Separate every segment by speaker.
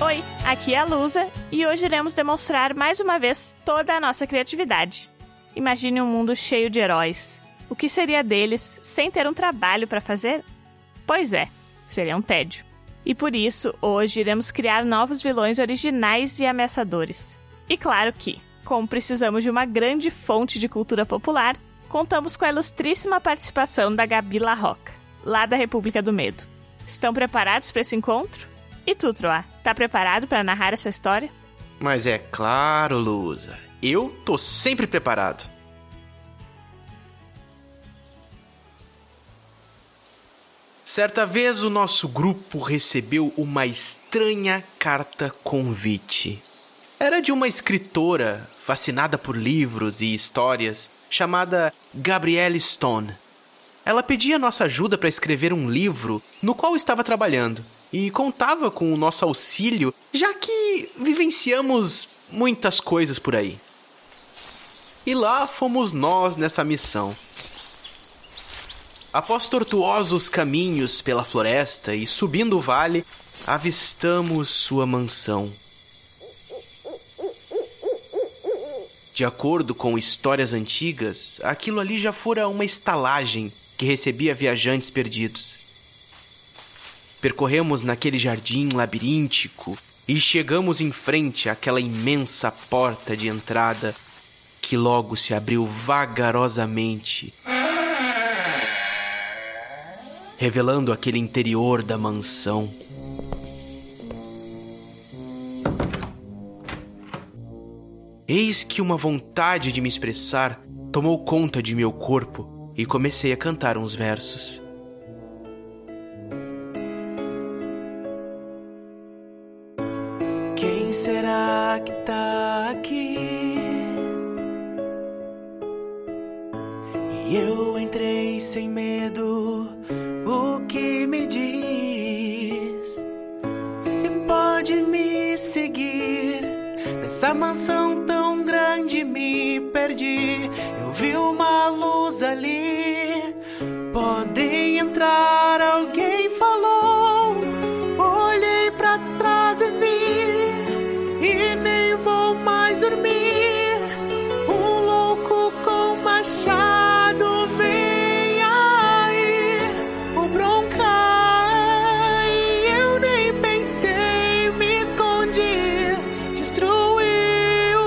Speaker 1: Oi, aqui é a Lusa e hoje iremos demonstrar mais uma vez toda a nossa criatividade. Imagine um mundo cheio de heróis. O que seria deles sem ter um trabalho para fazer? Pois é, seria um tédio. E por isso, hoje iremos criar novos vilões originais e ameaçadores. E claro que, como precisamos de uma grande fonte de cultura popular, contamos com a ilustríssima participação da Gabi Larroca, lá da República do Medo. Estão preparados para esse encontro? E tu, Troá, tá preparado para narrar essa história?
Speaker 2: Mas é claro, Lusa, eu tô sempre preparado. Certa vez o nosso grupo recebeu uma estranha carta convite. Era de uma escritora fascinada por livros e histórias chamada Gabrielle Stone. Ela pedia nossa ajuda para escrever um livro no qual estava trabalhando e contava com o nosso auxílio, já que vivenciamos muitas coisas por aí. E lá fomos nós nessa missão. Após tortuosos caminhos pela floresta e subindo o vale, avistamos sua mansão. De acordo com histórias antigas, aquilo ali já fora uma estalagem que recebia viajantes perdidos. Percorremos naquele jardim labiríntico e chegamos em frente àquela imensa porta de entrada que logo se abriu vagarosamente, revelando aquele interior da mansão. Eis que uma vontade de me expressar tomou conta de meu corpo e comecei a cantar uns versos. Quem será que tá aqui? E eu entrei sem medo, o que me diz? E pode me seguir. Nessa mansão tão grande me perdi. Eu vi uma luz ali. Podem entrar, alguém falou. Olhei pra trás e vi. E nem vou mais dormir. Um louco com machado vem aí. O bronca. e Eu nem pensei, me escondi. Destruiu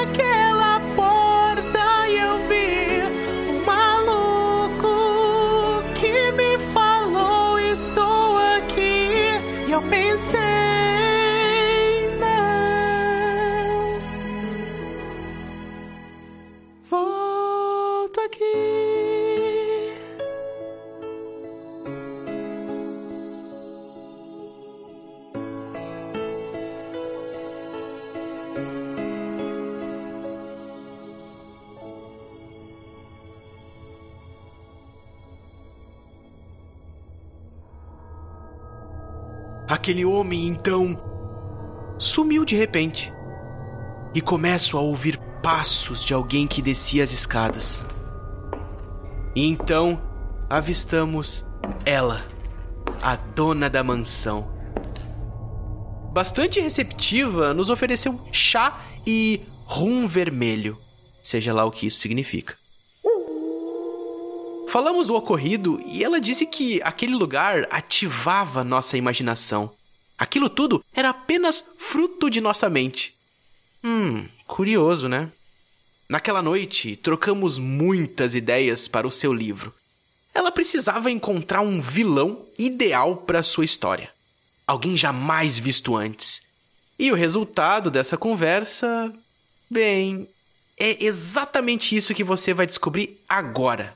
Speaker 2: aquela porta e eu vi um maluco que me falou: Estou aqui. E eu pensei, não. Volto aqui. Aquele homem então sumiu de repente e começo a ouvir passos de alguém que descia as escadas. E então avistamos ela, a dona da mansão. Bastante receptiva, nos ofereceu um chá e rum vermelho, seja lá o que isso significa. Falamos do ocorrido e ela disse que aquele lugar ativava nossa imaginação. Aquilo tudo era apenas fruto de nossa mente. Hum, curioso, né? Naquela noite, trocamos muitas ideias para o seu livro. Ela precisava encontrar um vilão ideal para sua história. Alguém jamais visto antes. E o resultado dessa conversa. Bem, é exatamente isso que você vai descobrir agora.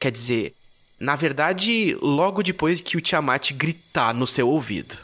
Speaker 2: Quer dizer, na verdade, logo depois que o Tiamat gritar no seu ouvido.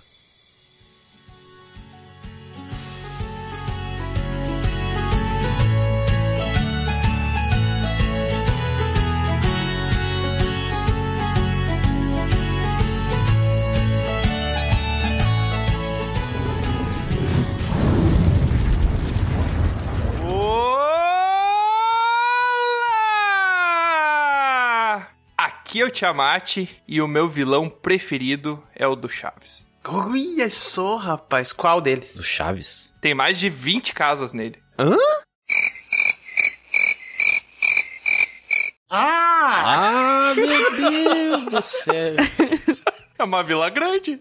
Speaker 3: Olá! Aqui é o Tiamat e o meu vilão preferido é o do Chaves.
Speaker 2: Olha só, rapaz. Qual deles?
Speaker 3: Do Chaves?
Speaker 4: Tem mais de 20 casas nele.
Speaker 2: Hã? Ah!
Speaker 3: Ah, meu Deus do céu.
Speaker 4: É uma vila grande.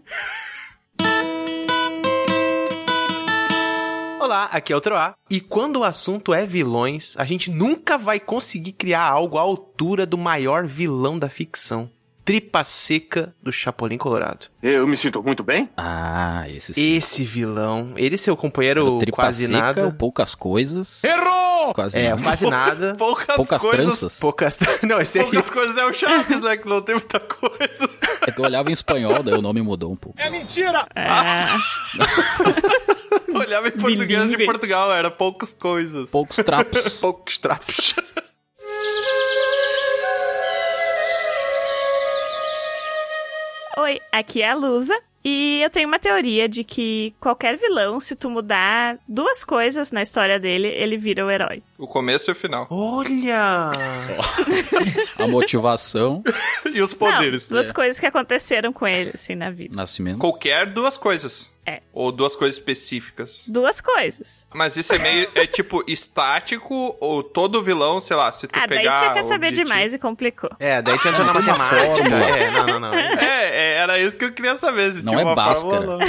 Speaker 2: Olá, aqui é o Troá. E quando o assunto é vilões, a gente nunca vai conseguir criar algo à altura do maior vilão da ficção. Tripa Seca do Chapolin Colorado.
Speaker 5: Eu me sinto muito bem.
Speaker 3: Ah, esse sim.
Speaker 2: Esse vilão, ele e seu
Speaker 3: Era
Speaker 2: companheiro
Speaker 3: o tripa
Speaker 2: quase
Speaker 3: seca,
Speaker 2: nada.
Speaker 3: ou poucas coisas.
Speaker 4: Errou!
Speaker 3: Quase
Speaker 2: É,
Speaker 3: nada.
Speaker 2: quase nada.
Speaker 4: Poucas,
Speaker 3: Poucas
Speaker 4: coisas.
Speaker 3: tranças.
Speaker 2: Poucas. Não, esse aí.
Speaker 4: Poucas coisas é o Chaves, né? Que não tem muita coisa.
Speaker 3: É que eu olhava em espanhol, daí o nome mudou um pouco.
Speaker 1: Ah,
Speaker 4: Olhava em português de
Speaker 1: Bilingue.
Speaker 4: Portugal, era poucas coisas.
Speaker 3: Poucos trapos.
Speaker 2: Poucos trapos.
Speaker 1: Oi, aqui é a Lusa. E eu tenho uma teoria de que qualquer vilão, se tu mudar duas coisas na história dele, ele vira o herói.
Speaker 4: O começo e o final.
Speaker 2: Olha!
Speaker 3: A motivação,
Speaker 4: E os
Speaker 1: Não,
Speaker 4: poderes. né? É.
Speaker 1: duas coisas que aconteceram com ele, assim, na vida.
Speaker 3: nascimento.
Speaker 4: Qualquer duas coisas.
Speaker 1: É.
Speaker 4: Ou duas coisas específicas.
Speaker 1: Duas coisas.
Speaker 4: Mas isso é meio. É tipo estático ou todo vilão, sei lá, se tu
Speaker 1: Ah, daí
Speaker 4: Tipo, pegar.
Speaker 1: tinha que
Speaker 4: o
Speaker 1: saber
Speaker 4: objetivo-
Speaker 1: demais e complicou.
Speaker 2: É, daí tem entrou na matemática. É, não, não, não.
Speaker 4: É, é, era isso que eu queria saber. Se
Speaker 3: Não
Speaker 4: tinha
Speaker 3: é
Speaker 4: uma
Speaker 3: Bhaskara.
Speaker 4: fórmula.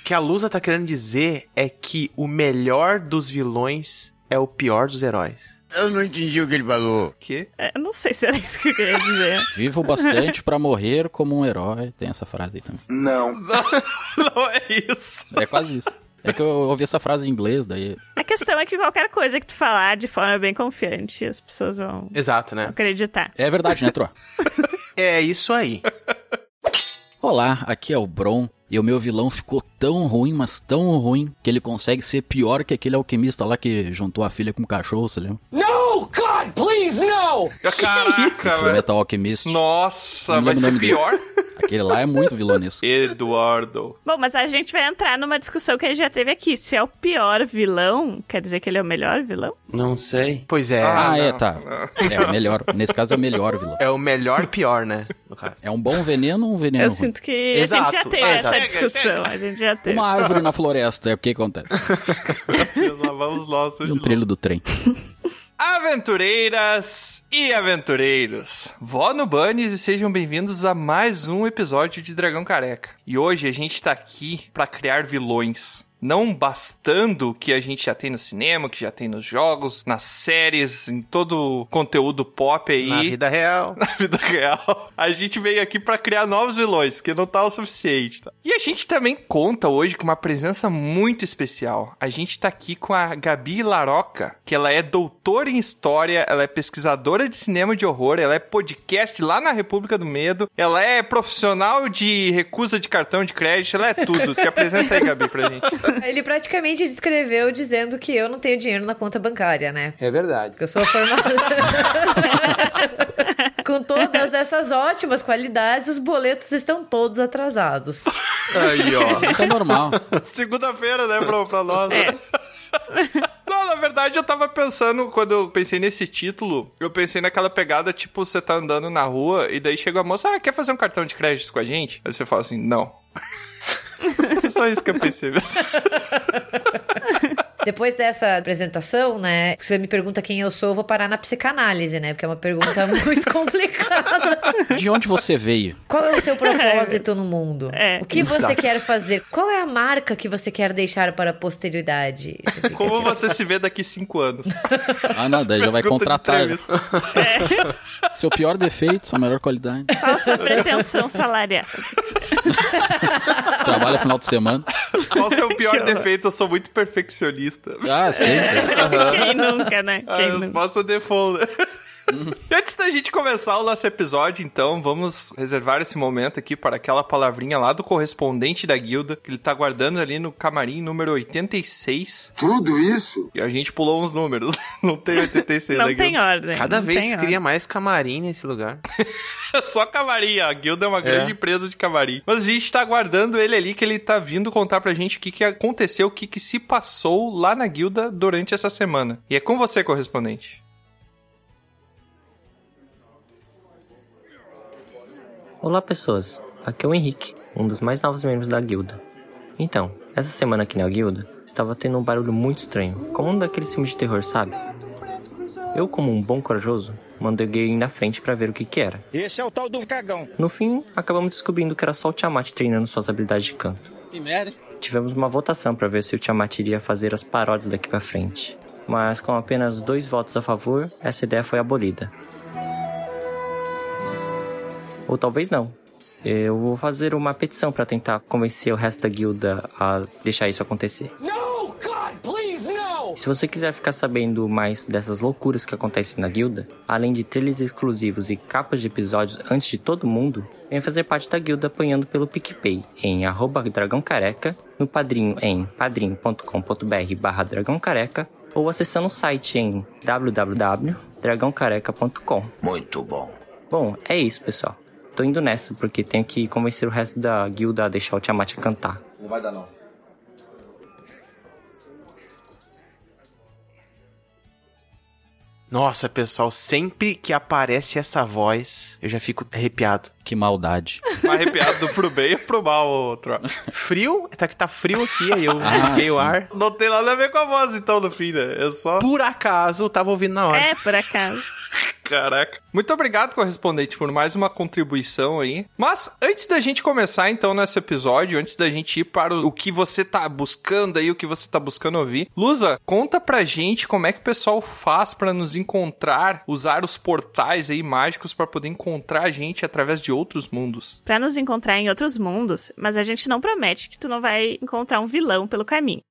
Speaker 2: O que a Lusa tá querendo dizer é que o melhor dos vilões é o pior dos heróis.
Speaker 5: Eu não entendi o que ele falou.
Speaker 4: Que?
Speaker 1: É, não sei se era isso que eu queria dizer.
Speaker 3: Vivo bastante pra morrer como um herói. Tem essa frase aí também.
Speaker 4: Não é isso.
Speaker 3: É quase isso. É que eu ouvi essa frase em inglês, daí.
Speaker 1: A questão é que qualquer coisa que tu falar de forma bem confiante, as pessoas vão
Speaker 2: Exato, né?
Speaker 1: acreditar.
Speaker 3: É verdade, né, Troa?
Speaker 2: É isso aí.
Speaker 3: Olá, aqui é o Bron. E o meu vilão ficou tão ruim, mas tão ruim, que ele consegue ser pior que aquele alquimista lá que juntou a filha com o cachorro, você lembra?
Speaker 4: Caraca,
Speaker 3: O
Speaker 4: velho.
Speaker 3: Metal Alchemist.
Speaker 4: Nossa,
Speaker 3: Não
Speaker 4: vai
Speaker 3: lembro o
Speaker 4: ser
Speaker 3: nome dele.
Speaker 4: pior.
Speaker 3: Aquele lá é muito vilanesco.
Speaker 4: Eduardo.
Speaker 1: Bom, mas a gente vai entrar numa discussão que a gente já teve aqui. Se é o pior vilão, quer dizer que ele é o melhor vilão?
Speaker 2: Não sei. Pois é.
Speaker 3: Ah, é,
Speaker 4: não,
Speaker 3: tá.
Speaker 4: não.
Speaker 3: É o melhor. Nesse caso é o melhor vilão.
Speaker 2: É o melhor pior, né? No caso.
Speaker 3: É um bom veneno ou um veneno
Speaker 1: Eu
Speaker 3: ruim?
Speaker 1: sinto que a
Speaker 2: Exato.
Speaker 1: gente já teve
Speaker 2: Ah,
Speaker 1: essa
Speaker 4: chega,
Speaker 1: discussão. A gente já teve.
Speaker 3: Uma árvore na floresta, é o que acontece.
Speaker 4: Lá vamos nós.
Speaker 3: E um trilho do trem.
Speaker 4: Aventureiras e aventureiros, vó no Bunnies e sejam bem-vindos a mais um episódio de Dragão Careca. E hoje a gente tá aqui pra criar vilões. Não bastando o que a gente já tem no cinema, que já tem nos jogos, nas séries, em todo o conteúdo pop aí,
Speaker 2: Na vida real.
Speaker 4: na vida real, a gente veio aqui pra criar novos vilões, que não tá o suficiente. tá? E a gente também conta hoje com uma presença muito especial. A gente tá aqui com a Gabi Laroca, que ela é doutora em história, ela é pesquisadora de cinema de horror, ela é podcast lá na República do Medo, ela é profissional de recusa de cartão de crédito, ela é tudo. Te apresenta aí, Gabi, pra gente.
Speaker 6: Ele praticamente descreveu dizendo que eu não tenho dinheiro na conta bancária, né?
Speaker 7: É verdade.
Speaker 6: Porque eu sou formada. Com todas essas ótimas qualidades, os boletos estão todos atrasados.
Speaker 4: Aí, ó.
Speaker 3: Isso é normal.
Speaker 4: Segunda-feira, né, bro, pra nós. né?
Speaker 1: É.
Speaker 4: Não, na verdade eu tava pensando, quando eu pensei nesse título, eu pensei naquela pegada, tipo, você tá andando na rua e daí chega a moça, ah, quer fazer um cartão de crédito com a gente? Aí você fala assim, não. É Só isso que eu pensei. mesmo.
Speaker 6: Depois dessa apresentação, né? Se você me pergunta quem eu sou, eu vou parar na psicanálise, né? Porque é uma pergunta muito complicada.
Speaker 3: De onde você veio?
Speaker 6: Qual é o seu propósito no mundo?
Speaker 1: É.
Speaker 6: O que você quer fazer? Qual é a marca que você quer deixar para a posterioridade? Você fica,
Speaker 4: Como
Speaker 6: tipo,
Speaker 4: você se vê daqui cinco anos?
Speaker 3: Ah, não, daí já vai
Speaker 4: Pergunta de
Speaker 3: contratar. né?
Speaker 4: entrevista.
Speaker 1: É,
Speaker 3: Seu pior defeito, sua melhor qualidade.
Speaker 1: Qual a sua pretensão salarial?
Speaker 3: Trabalha final de semana.
Speaker 4: Qual o seu
Speaker 1: Que
Speaker 4: pior
Speaker 1: horror.
Speaker 4: defeito? Eu sou muito perfeccionista.
Speaker 3: Ah, sempre.
Speaker 1: Quem nunca, né?
Speaker 4: A
Speaker 1: Quem nunca?
Speaker 4: resposta default, né? E Antes da gente começar o nosso episódio, então, vamos reservar esse momento aqui para aquela palavrinha lá do correspondente da guilda, que ele tá guardando ali no camarim número 86.
Speaker 5: Tudo isso?
Speaker 4: E a gente pulou uns números. Não tem 86 na
Speaker 1: Não
Speaker 4: guilda.
Speaker 1: tem ordem.
Speaker 2: Cada
Speaker 1: não
Speaker 2: vez
Speaker 1: tem
Speaker 2: cria mais camarim nesse lugar.
Speaker 4: Só camarim, a guilda é uma grande empresa de camarim. Mas a gente tá aguardando ele ali, que ele tá vindo contar pra gente o que, que aconteceu, o que, que se passou lá na guilda durante essa semana. E é com você, correspondente.
Speaker 8: Olá, pessoas.
Speaker 7: Aqui é o Henrique, um dos mais novos membros da guilda. Então, essa semana aqui na guilda, estava tendo um barulho muito estranho, como um daqueles filmes de terror, sabe? Eu, como um bom corajoso, mandei alguém na frente pra ver o que que era.
Speaker 8: Esse é o tal do cagão.
Speaker 7: No fim, acabamos descobrindo que era só o Tiamat treinando suas habilidades de canto.
Speaker 9: Que merda.
Speaker 7: Tivemos uma votação para ver se o Tiamat iria fazer as paródias daqui para frente. Mas com apenas dois votos a favor, essa ideia foi abolida. Ou talvez não. Eu vou fazer uma petição para tentar convencer o resto da guilda a deixar isso acontecer. Se você quiser ficar sabendo mais dessas loucuras que acontecem na guilda, além de trailers exclusivos e capas de episódios antes de todo mundo, venha fazer parte da guilda apanhando pelo PicPay em arroba dragãocareca, no padrinho em padrim.com.br barra dragãocareca ou acessando o site em www.dragãocareca.com.
Speaker 5: Muito bom.
Speaker 7: Bom, é isso, pessoal. Tô indo nessa porque tenho que convencer o resto da guilda a deixar o Tiamat cantar.
Speaker 9: Não vai dar, não.
Speaker 2: Nossa, pessoal, sempre que aparece essa voz, eu já fico arrepiado.
Speaker 3: Que maldade.
Speaker 4: Arrepiado pro bem e pro mal, outro.
Speaker 2: Frio? Tá que tá frio aqui, aí eu
Speaker 3: Ah,
Speaker 2: liguei o
Speaker 3: sim.
Speaker 2: ar.
Speaker 4: Não tem nada a ver com a voz, então, no fim, né? É só.
Speaker 2: Por acaso, eu tava ouvindo na hora.
Speaker 1: É, por acaso.
Speaker 4: Caraca. Muito obrigado, correspondente, por mais uma contribuição aí. Mas antes da gente começar, então, nesse episódio, antes da gente ir para o que você tá buscando aí, o que você tá buscando ouvir, Lusa, conta pra gente como é que o pessoal faz pra nos encontrar, usar os portais aí mágicos pra poder encontrar a gente através de outros mundos.
Speaker 1: Pra nos encontrar em outros mundos, mas a gente não promete que tu não vai encontrar um vilão pelo caminho.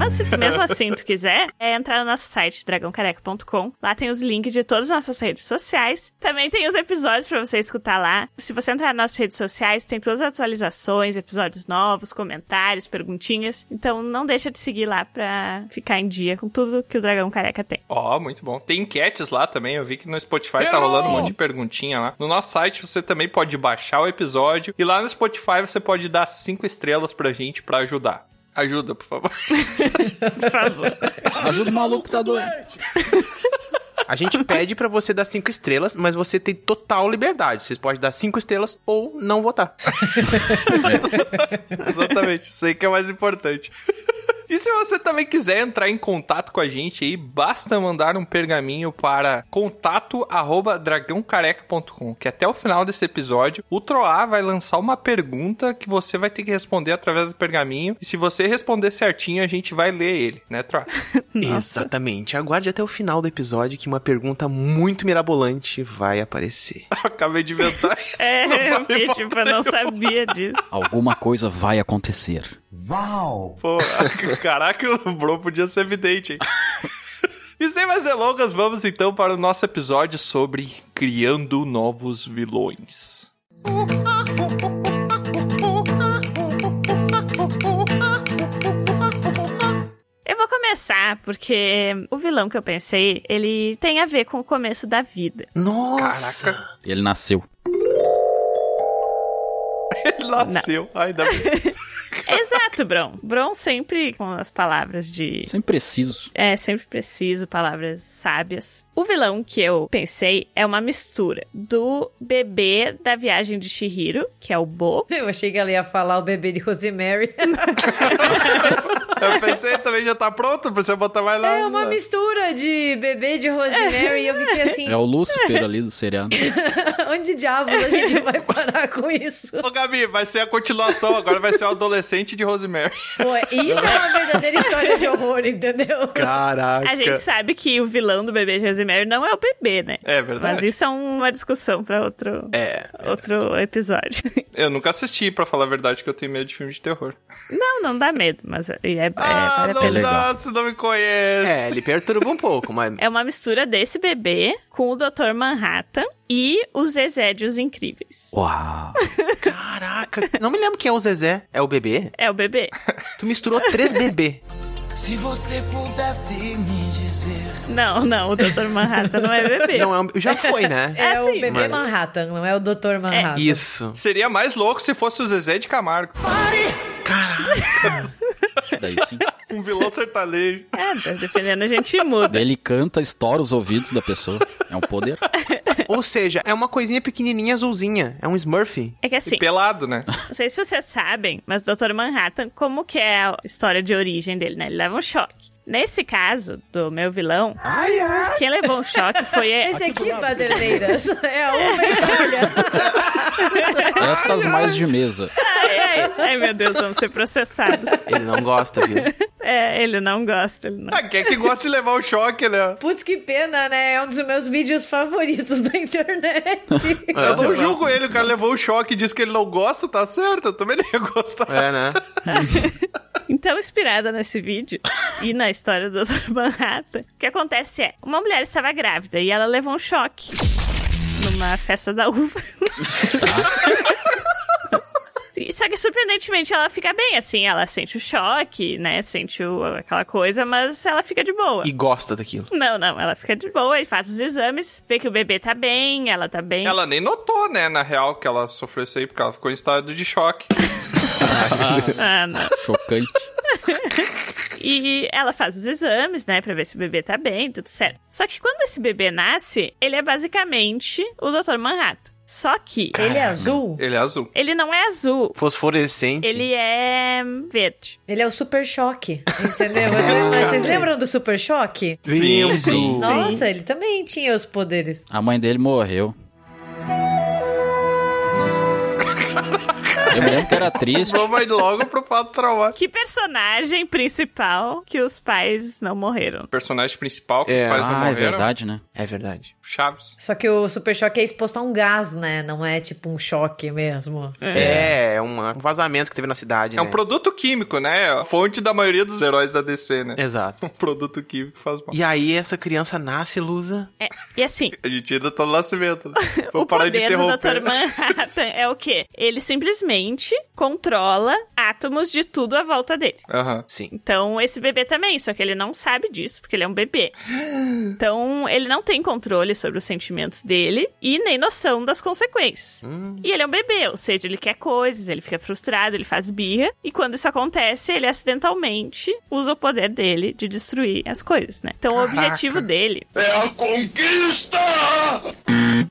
Speaker 1: Mas se tu mesmo assim tu quiser, é entrar no nosso site dragãocareca.com. Lá tem os links de todas as nossas redes sociais. Também tem os episódios pra você escutar lá. Se você entrar nas nossas redes sociais, tem todas as atualizações, episódios novos, comentários, perguntinhas. Então não deixa de seguir lá pra ficar em dia com tudo que o Dragão Careca tem.
Speaker 4: Ó, muito bom. Tem enquetes lá também, eu vi que no Spotify tá
Speaker 3: Errou!
Speaker 4: rolando um monte de perguntinha lá. No nosso site você também pode baixar o episódio e lá no Spotify você pode dar cinco estrelas pra gente pra ajudar. Ajuda, por favor.
Speaker 1: Por favor.
Speaker 3: Ajuda o maluco que tá doido.
Speaker 2: A gente pede pra você dar cinco estrelas, mas você tem total liberdade. Vocês podem dar cinco estrelas ou não votar.
Speaker 4: Exatamente, isso aí que é mais importante. E se você também quiser entrar em contato com a gente aí, basta mandar um pergaminho para contato@dragãocareca.com, que até o final desse episódio, o Troá vai lançar uma pergunta que você vai ter que responder através do pergaminho, e se você responder certinho, a gente vai ler ele, né, Troá?
Speaker 1: Nossa.
Speaker 2: Exatamente. Aguarde até o final do episódio que uma pergunta muito mirabolante vai aparecer.
Speaker 4: Acabei de inventar isso. não
Speaker 1: É, eu
Speaker 4: tava
Speaker 1: fiquei, tipo, eu não sabia disso.
Speaker 3: Alguma coisa vai acontecer.
Speaker 4: Pô, caraca, o Bro podia ser vidente, hein? E sem mais delongas, vamos então para o nosso episódio sobre criando novos vilões.
Speaker 1: Eu vou começar porque o vilão que eu pensei, ele tem a ver com o começo da vida.
Speaker 2: Nossa!
Speaker 4: Caraca,
Speaker 3: Ele nasceu.
Speaker 4: ele nasceu. Ai, ainda bem.
Speaker 1: Exato, Bron. Bron sempre com as palavras de
Speaker 3: Sempre preciso.
Speaker 1: É, sempre preciso, palavras sábias. O vilão que eu pensei é uma mistura do bebê da viagem de Shihiro, que é o Bo.
Speaker 6: assim, Eu achei que ela ia falar o bebê de Rosemary.
Speaker 4: Eu pensei também, já tá pronto pra você botar mais lá.
Speaker 6: É uma mistura de bebê de Rosemary. E eu fiquei assim,
Speaker 3: É o Lúcifer ali do seriado.
Speaker 6: onde diabos a gente vai parar com isso?
Speaker 4: Ô, Gabi, vai ser a continuação, agora vai ser o adolescente de Rosemary.
Speaker 6: Pô, isso é uma verdadeira história de horror, entendeu?
Speaker 4: Caraca.
Speaker 1: A gente sabe que o vilão do bebê de Rosemary não é o bebê, né?
Speaker 4: É verdade.
Speaker 1: Mas isso é uma discussão pra outro,
Speaker 4: É.
Speaker 1: outro episódio.
Speaker 4: Eu nunca assisti, pra falar a verdade, que eu tenho medo de filme de terror.
Speaker 1: Não, não dá medo, mas é, é, vale
Speaker 4: ah,
Speaker 1: a
Speaker 4: não
Speaker 1: pena.
Speaker 4: dá,
Speaker 3: legal.
Speaker 4: você não me conhece.
Speaker 2: É, ele perturba um pouco, mas.
Speaker 1: É uma mistura desse bebê com o Dr. Manhattan e os Exédios Incríveis.
Speaker 3: Uau.
Speaker 2: Caraca! Não me lembro quem é o Zezé. É o bebê?
Speaker 1: É o bebê.
Speaker 2: Tu misturou três bebê.
Speaker 8: Se você pudesse me dizer.
Speaker 1: Não, não, o Dr. Manhattan não é bebê.
Speaker 2: Não, é um... já foi, né?
Speaker 6: É o
Speaker 1: assim,
Speaker 6: bebê
Speaker 2: mas-
Speaker 6: Manhattan, não é o Dr. Manhattan.
Speaker 2: Isso.
Speaker 4: Seria mais louco se fosse o Zezé de Camargo.
Speaker 3: Daí sim.
Speaker 4: Um vilão sertanejo.
Speaker 1: É, tá dependendo a gente muda.
Speaker 3: Daí ele canta, estoura os ouvidos da pessoa. É um poder.
Speaker 2: Ou seja, é uma coisinha pequenininha azulzinha. É um Smurf.
Speaker 1: É que assim,
Speaker 4: E pelado, né?
Speaker 1: não sei se vocês sabem, mas o Dr. Manhattan, como que é a história de origem dele, né? Ele leva um choque. Nesse caso do meu vilão, quem levou um choque foi
Speaker 6: Esse aqui, Baderneiras, é uma
Speaker 3: Estas mais de mesa.
Speaker 1: Ai, ai, ai, meu Deus, vamos ser processados.
Speaker 2: Ele não gosta, viu?
Speaker 1: É, ele não gosta, ele não.
Speaker 4: Ah, quem é que gosta de levar o choque, né?
Speaker 6: Putz, que pena, né? É um dos meus vídeos favoritos da
Speaker 3: É,
Speaker 6: internet.
Speaker 4: Eu não julgo ele, o cara levou o choque e disse que ele não gosta, tá certo? Eu também não ia gostar.
Speaker 2: É, né?
Speaker 1: Então, inspirada nesse vídeo e na história do Dr. Manhattan, o que acontece é, uma mulher estava grávida e ela levou um choque numa festa da uva. E- Só que, surpreendentemente, ela fica bem, assim, ela sente o choque, né, sente o- aquela coisa, mas ela fica de boa.
Speaker 2: E gosta daquilo.
Speaker 1: Não, não, ela fica de boa e faz os exames, vê que o bebê tá bem, ela tá bem.
Speaker 4: Ela nem notou, né, na real, que ela sofreu isso aí, porque ela ficou em estado de choque.
Speaker 1: Ah, não.
Speaker 3: Chocante.
Speaker 1: E ela faz os exames, né, pra ver se o bebê tá bem, tudo certo. Só que quando esse bebê nasce, ele é basicamente o Dr. Manhattan. Só que
Speaker 6: Ele é azul?
Speaker 4: Ele é azul.
Speaker 1: ele não é azul,
Speaker 2: Fosforescente.
Speaker 1: ele é verde.
Speaker 6: Ele é o Super Choque, entendeu? Mas vocês lembram do Super Choque?
Speaker 2: Lembro.
Speaker 3: Sim.
Speaker 6: Nossa, ele também tinha os poderes.
Speaker 3: A mãe dele morreu. Eu me lembro que era triste.
Speaker 4: Então Vai logo pro fato traumático.
Speaker 1: Que personagem principal que os pais não morreram?
Speaker 4: O personagem principal que
Speaker 2: É,
Speaker 4: os pais não
Speaker 3: Ah, é
Speaker 4: morreram,
Speaker 3: verdade, né?
Speaker 2: É verdade.
Speaker 4: Chaves.
Speaker 6: Só que o Super Choque é exposto a um gás, né? Não é tipo um choque mesmo.
Speaker 2: É, é uma- um vazamento que teve na cidade.
Speaker 4: É um
Speaker 2: né?
Speaker 4: produto químico, né? A fonte da maioria dos heróis da DC, né?
Speaker 2: Exato.
Speaker 4: Um produto químico faz mal.
Speaker 2: É. E aí essa criança nasce, Lusa.
Speaker 1: É, e assim,
Speaker 4: A gente ainda tá no nascimento. Né? Vou
Speaker 1: o
Speaker 4: parar de
Speaker 1: poder do Dr.
Speaker 4: interromper.
Speaker 1: Manhattan é o quê? Ele simplesmente controla átomos de tudo à volta dele.
Speaker 4: Aham.
Speaker 2: Sim.
Speaker 1: Então, esse bebê também, só que ele não sabe disso, porque ele é um bebê. Então, ele não tem controle sobre os sentimentos dele e nem noção das consequências. E ele é um bebê, ou seja, ele quer coisas, ele fica frustrado, ele faz birra. E quando isso acontece, ele acidentalmente usa o poder dele de destruir as coisas, né? Então, o objetivo dele
Speaker 5: É a conquista!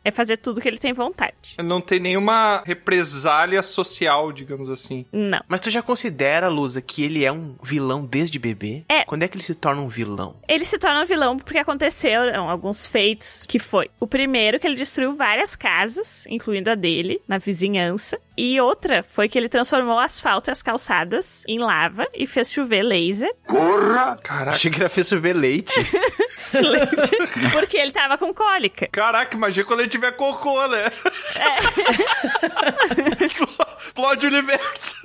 Speaker 1: é fazer tudo que ele tem vontade.
Speaker 4: Não tem nenhuma represália social, digamos assim.
Speaker 1: Não.
Speaker 2: Mas tu já considera, Lusa, que ele é um vilão desde bebê?
Speaker 1: É.
Speaker 2: Quando é que ele se torna um vilão?
Speaker 1: Ele se torna um vilão porque aconteceram alguns feitos que foi. O primeiro que ele destruiu várias casas, incluindo a dele, na vizinhança. E outra foi que ele transformou o asfalto e as calçadas em lava e fez chover laser.
Speaker 5: Porra!
Speaker 4: Caraca.
Speaker 2: Achei que ele fez chover leite.
Speaker 1: leite, porque ele tava com cólica.
Speaker 4: Caraca, imagina quando ele tiver cocô, né? Explode o universo.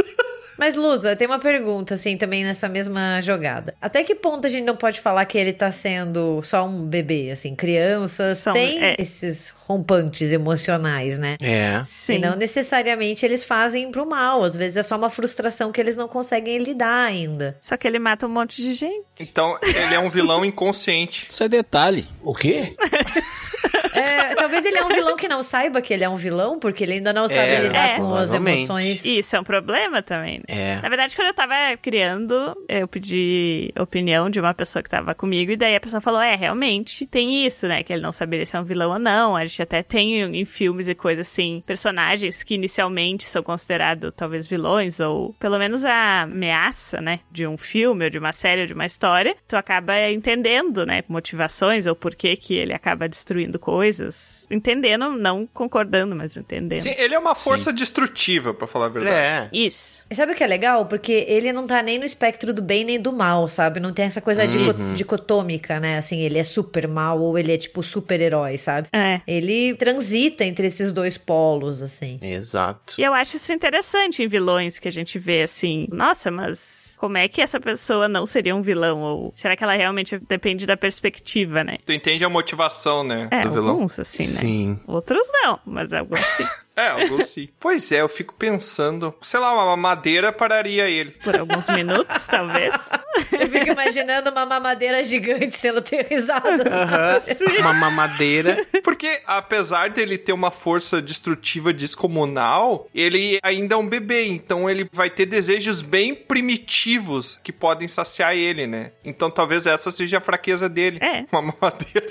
Speaker 6: Mas, Lusa, tem uma pergunta, assim, também nessa mesma jogada. Até que ponto a gente não pode falar que ele tá sendo só um bebê, assim? Crianças
Speaker 1: Só um-
Speaker 6: têm
Speaker 1: é.
Speaker 6: esses rompantes emocionais, né?
Speaker 2: é.
Speaker 1: Sim.
Speaker 6: E não necessariamente eles fazem pro mal. Às vezes é só uma frustração que eles não conseguem lidar ainda.
Speaker 1: Só que ele mata um monte de gente.
Speaker 4: Então, ele é um vilão inconsciente.
Speaker 3: Isso é detalhe.
Speaker 8: O quê?
Speaker 6: É, talvez ele é um vilão que não saiba que ele é um vilão, porque ele ainda não sabe
Speaker 2: É,
Speaker 6: lidar
Speaker 1: é.
Speaker 6: com as
Speaker 2: provavelmente.
Speaker 6: emoções.
Speaker 1: E isso é um problema também, né?
Speaker 2: É.
Speaker 1: Na verdade, quando eu tava criando, eu pedi opinião de uma pessoa que tava comigo, e daí a pessoa falou: é, realmente, tem isso, né? Que ele não saberia se é um vilão ou não. A gente até tem em filmes e coisas assim, personagens que inicialmente são considerados talvez vilões, ou pelo menos a ameaça, né? De um filme, ou de uma série, ou de uma história, tu acaba entendendo, né? Motivações ou por que que ele acaba destruindo coisas. Entendendo, não concordando, mas entendendo.
Speaker 4: Sim, ele é uma força destrutiva, pra falar a verdade.
Speaker 2: É.
Speaker 1: Isso.
Speaker 6: E sabe o que é legal? Porque ele não tá nem no espectro do bem nem do mal, sabe? Não tem essa coisa dico- dicotômica, né? Assim, ele é super mal ou ele é tipo super-herói, sabe?
Speaker 1: É.
Speaker 6: Ele transita entre esses dois polos, assim.
Speaker 2: Exato.
Speaker 1: E eu acho isso interessante em vilões que a gente vê assim, nossa, mas como é que essa pessoa não seria um vilão? Ou será que ela realmente depende da perspectiva, né?
Speaker 4: Tu entende a motivação, né,
Speaker 1: É,
Speaker 4: do vilão.
Speaker 1: alguns assim, né?
Speaker 2: Sim.
Speaker 1: Outros não, mas alguns sim,
Speaker 4: É, alguns sim. pois é, eu fico pensando... Sei lá, uma madeira pararia ele.
Speaker 1: por alguns minutos, talvez.
Speaker 6: Eu fico imaginando uma mamadeira gigante sendo aterrizada.
Speaker 2: Aham.
Speaker 6: sabe?
Speaker 2: Uma mamadeira.
Speaker 4: Porque, apesar dele ter uma força destrutiva descomunal, ele ainda é um bebê, então ele vai ter desejos bem primitivos que podem saciar ele, né? Então talvez essa seja a fraqueza dele.
Speaker 1: É.
Speaker 4: Uma mamadeira.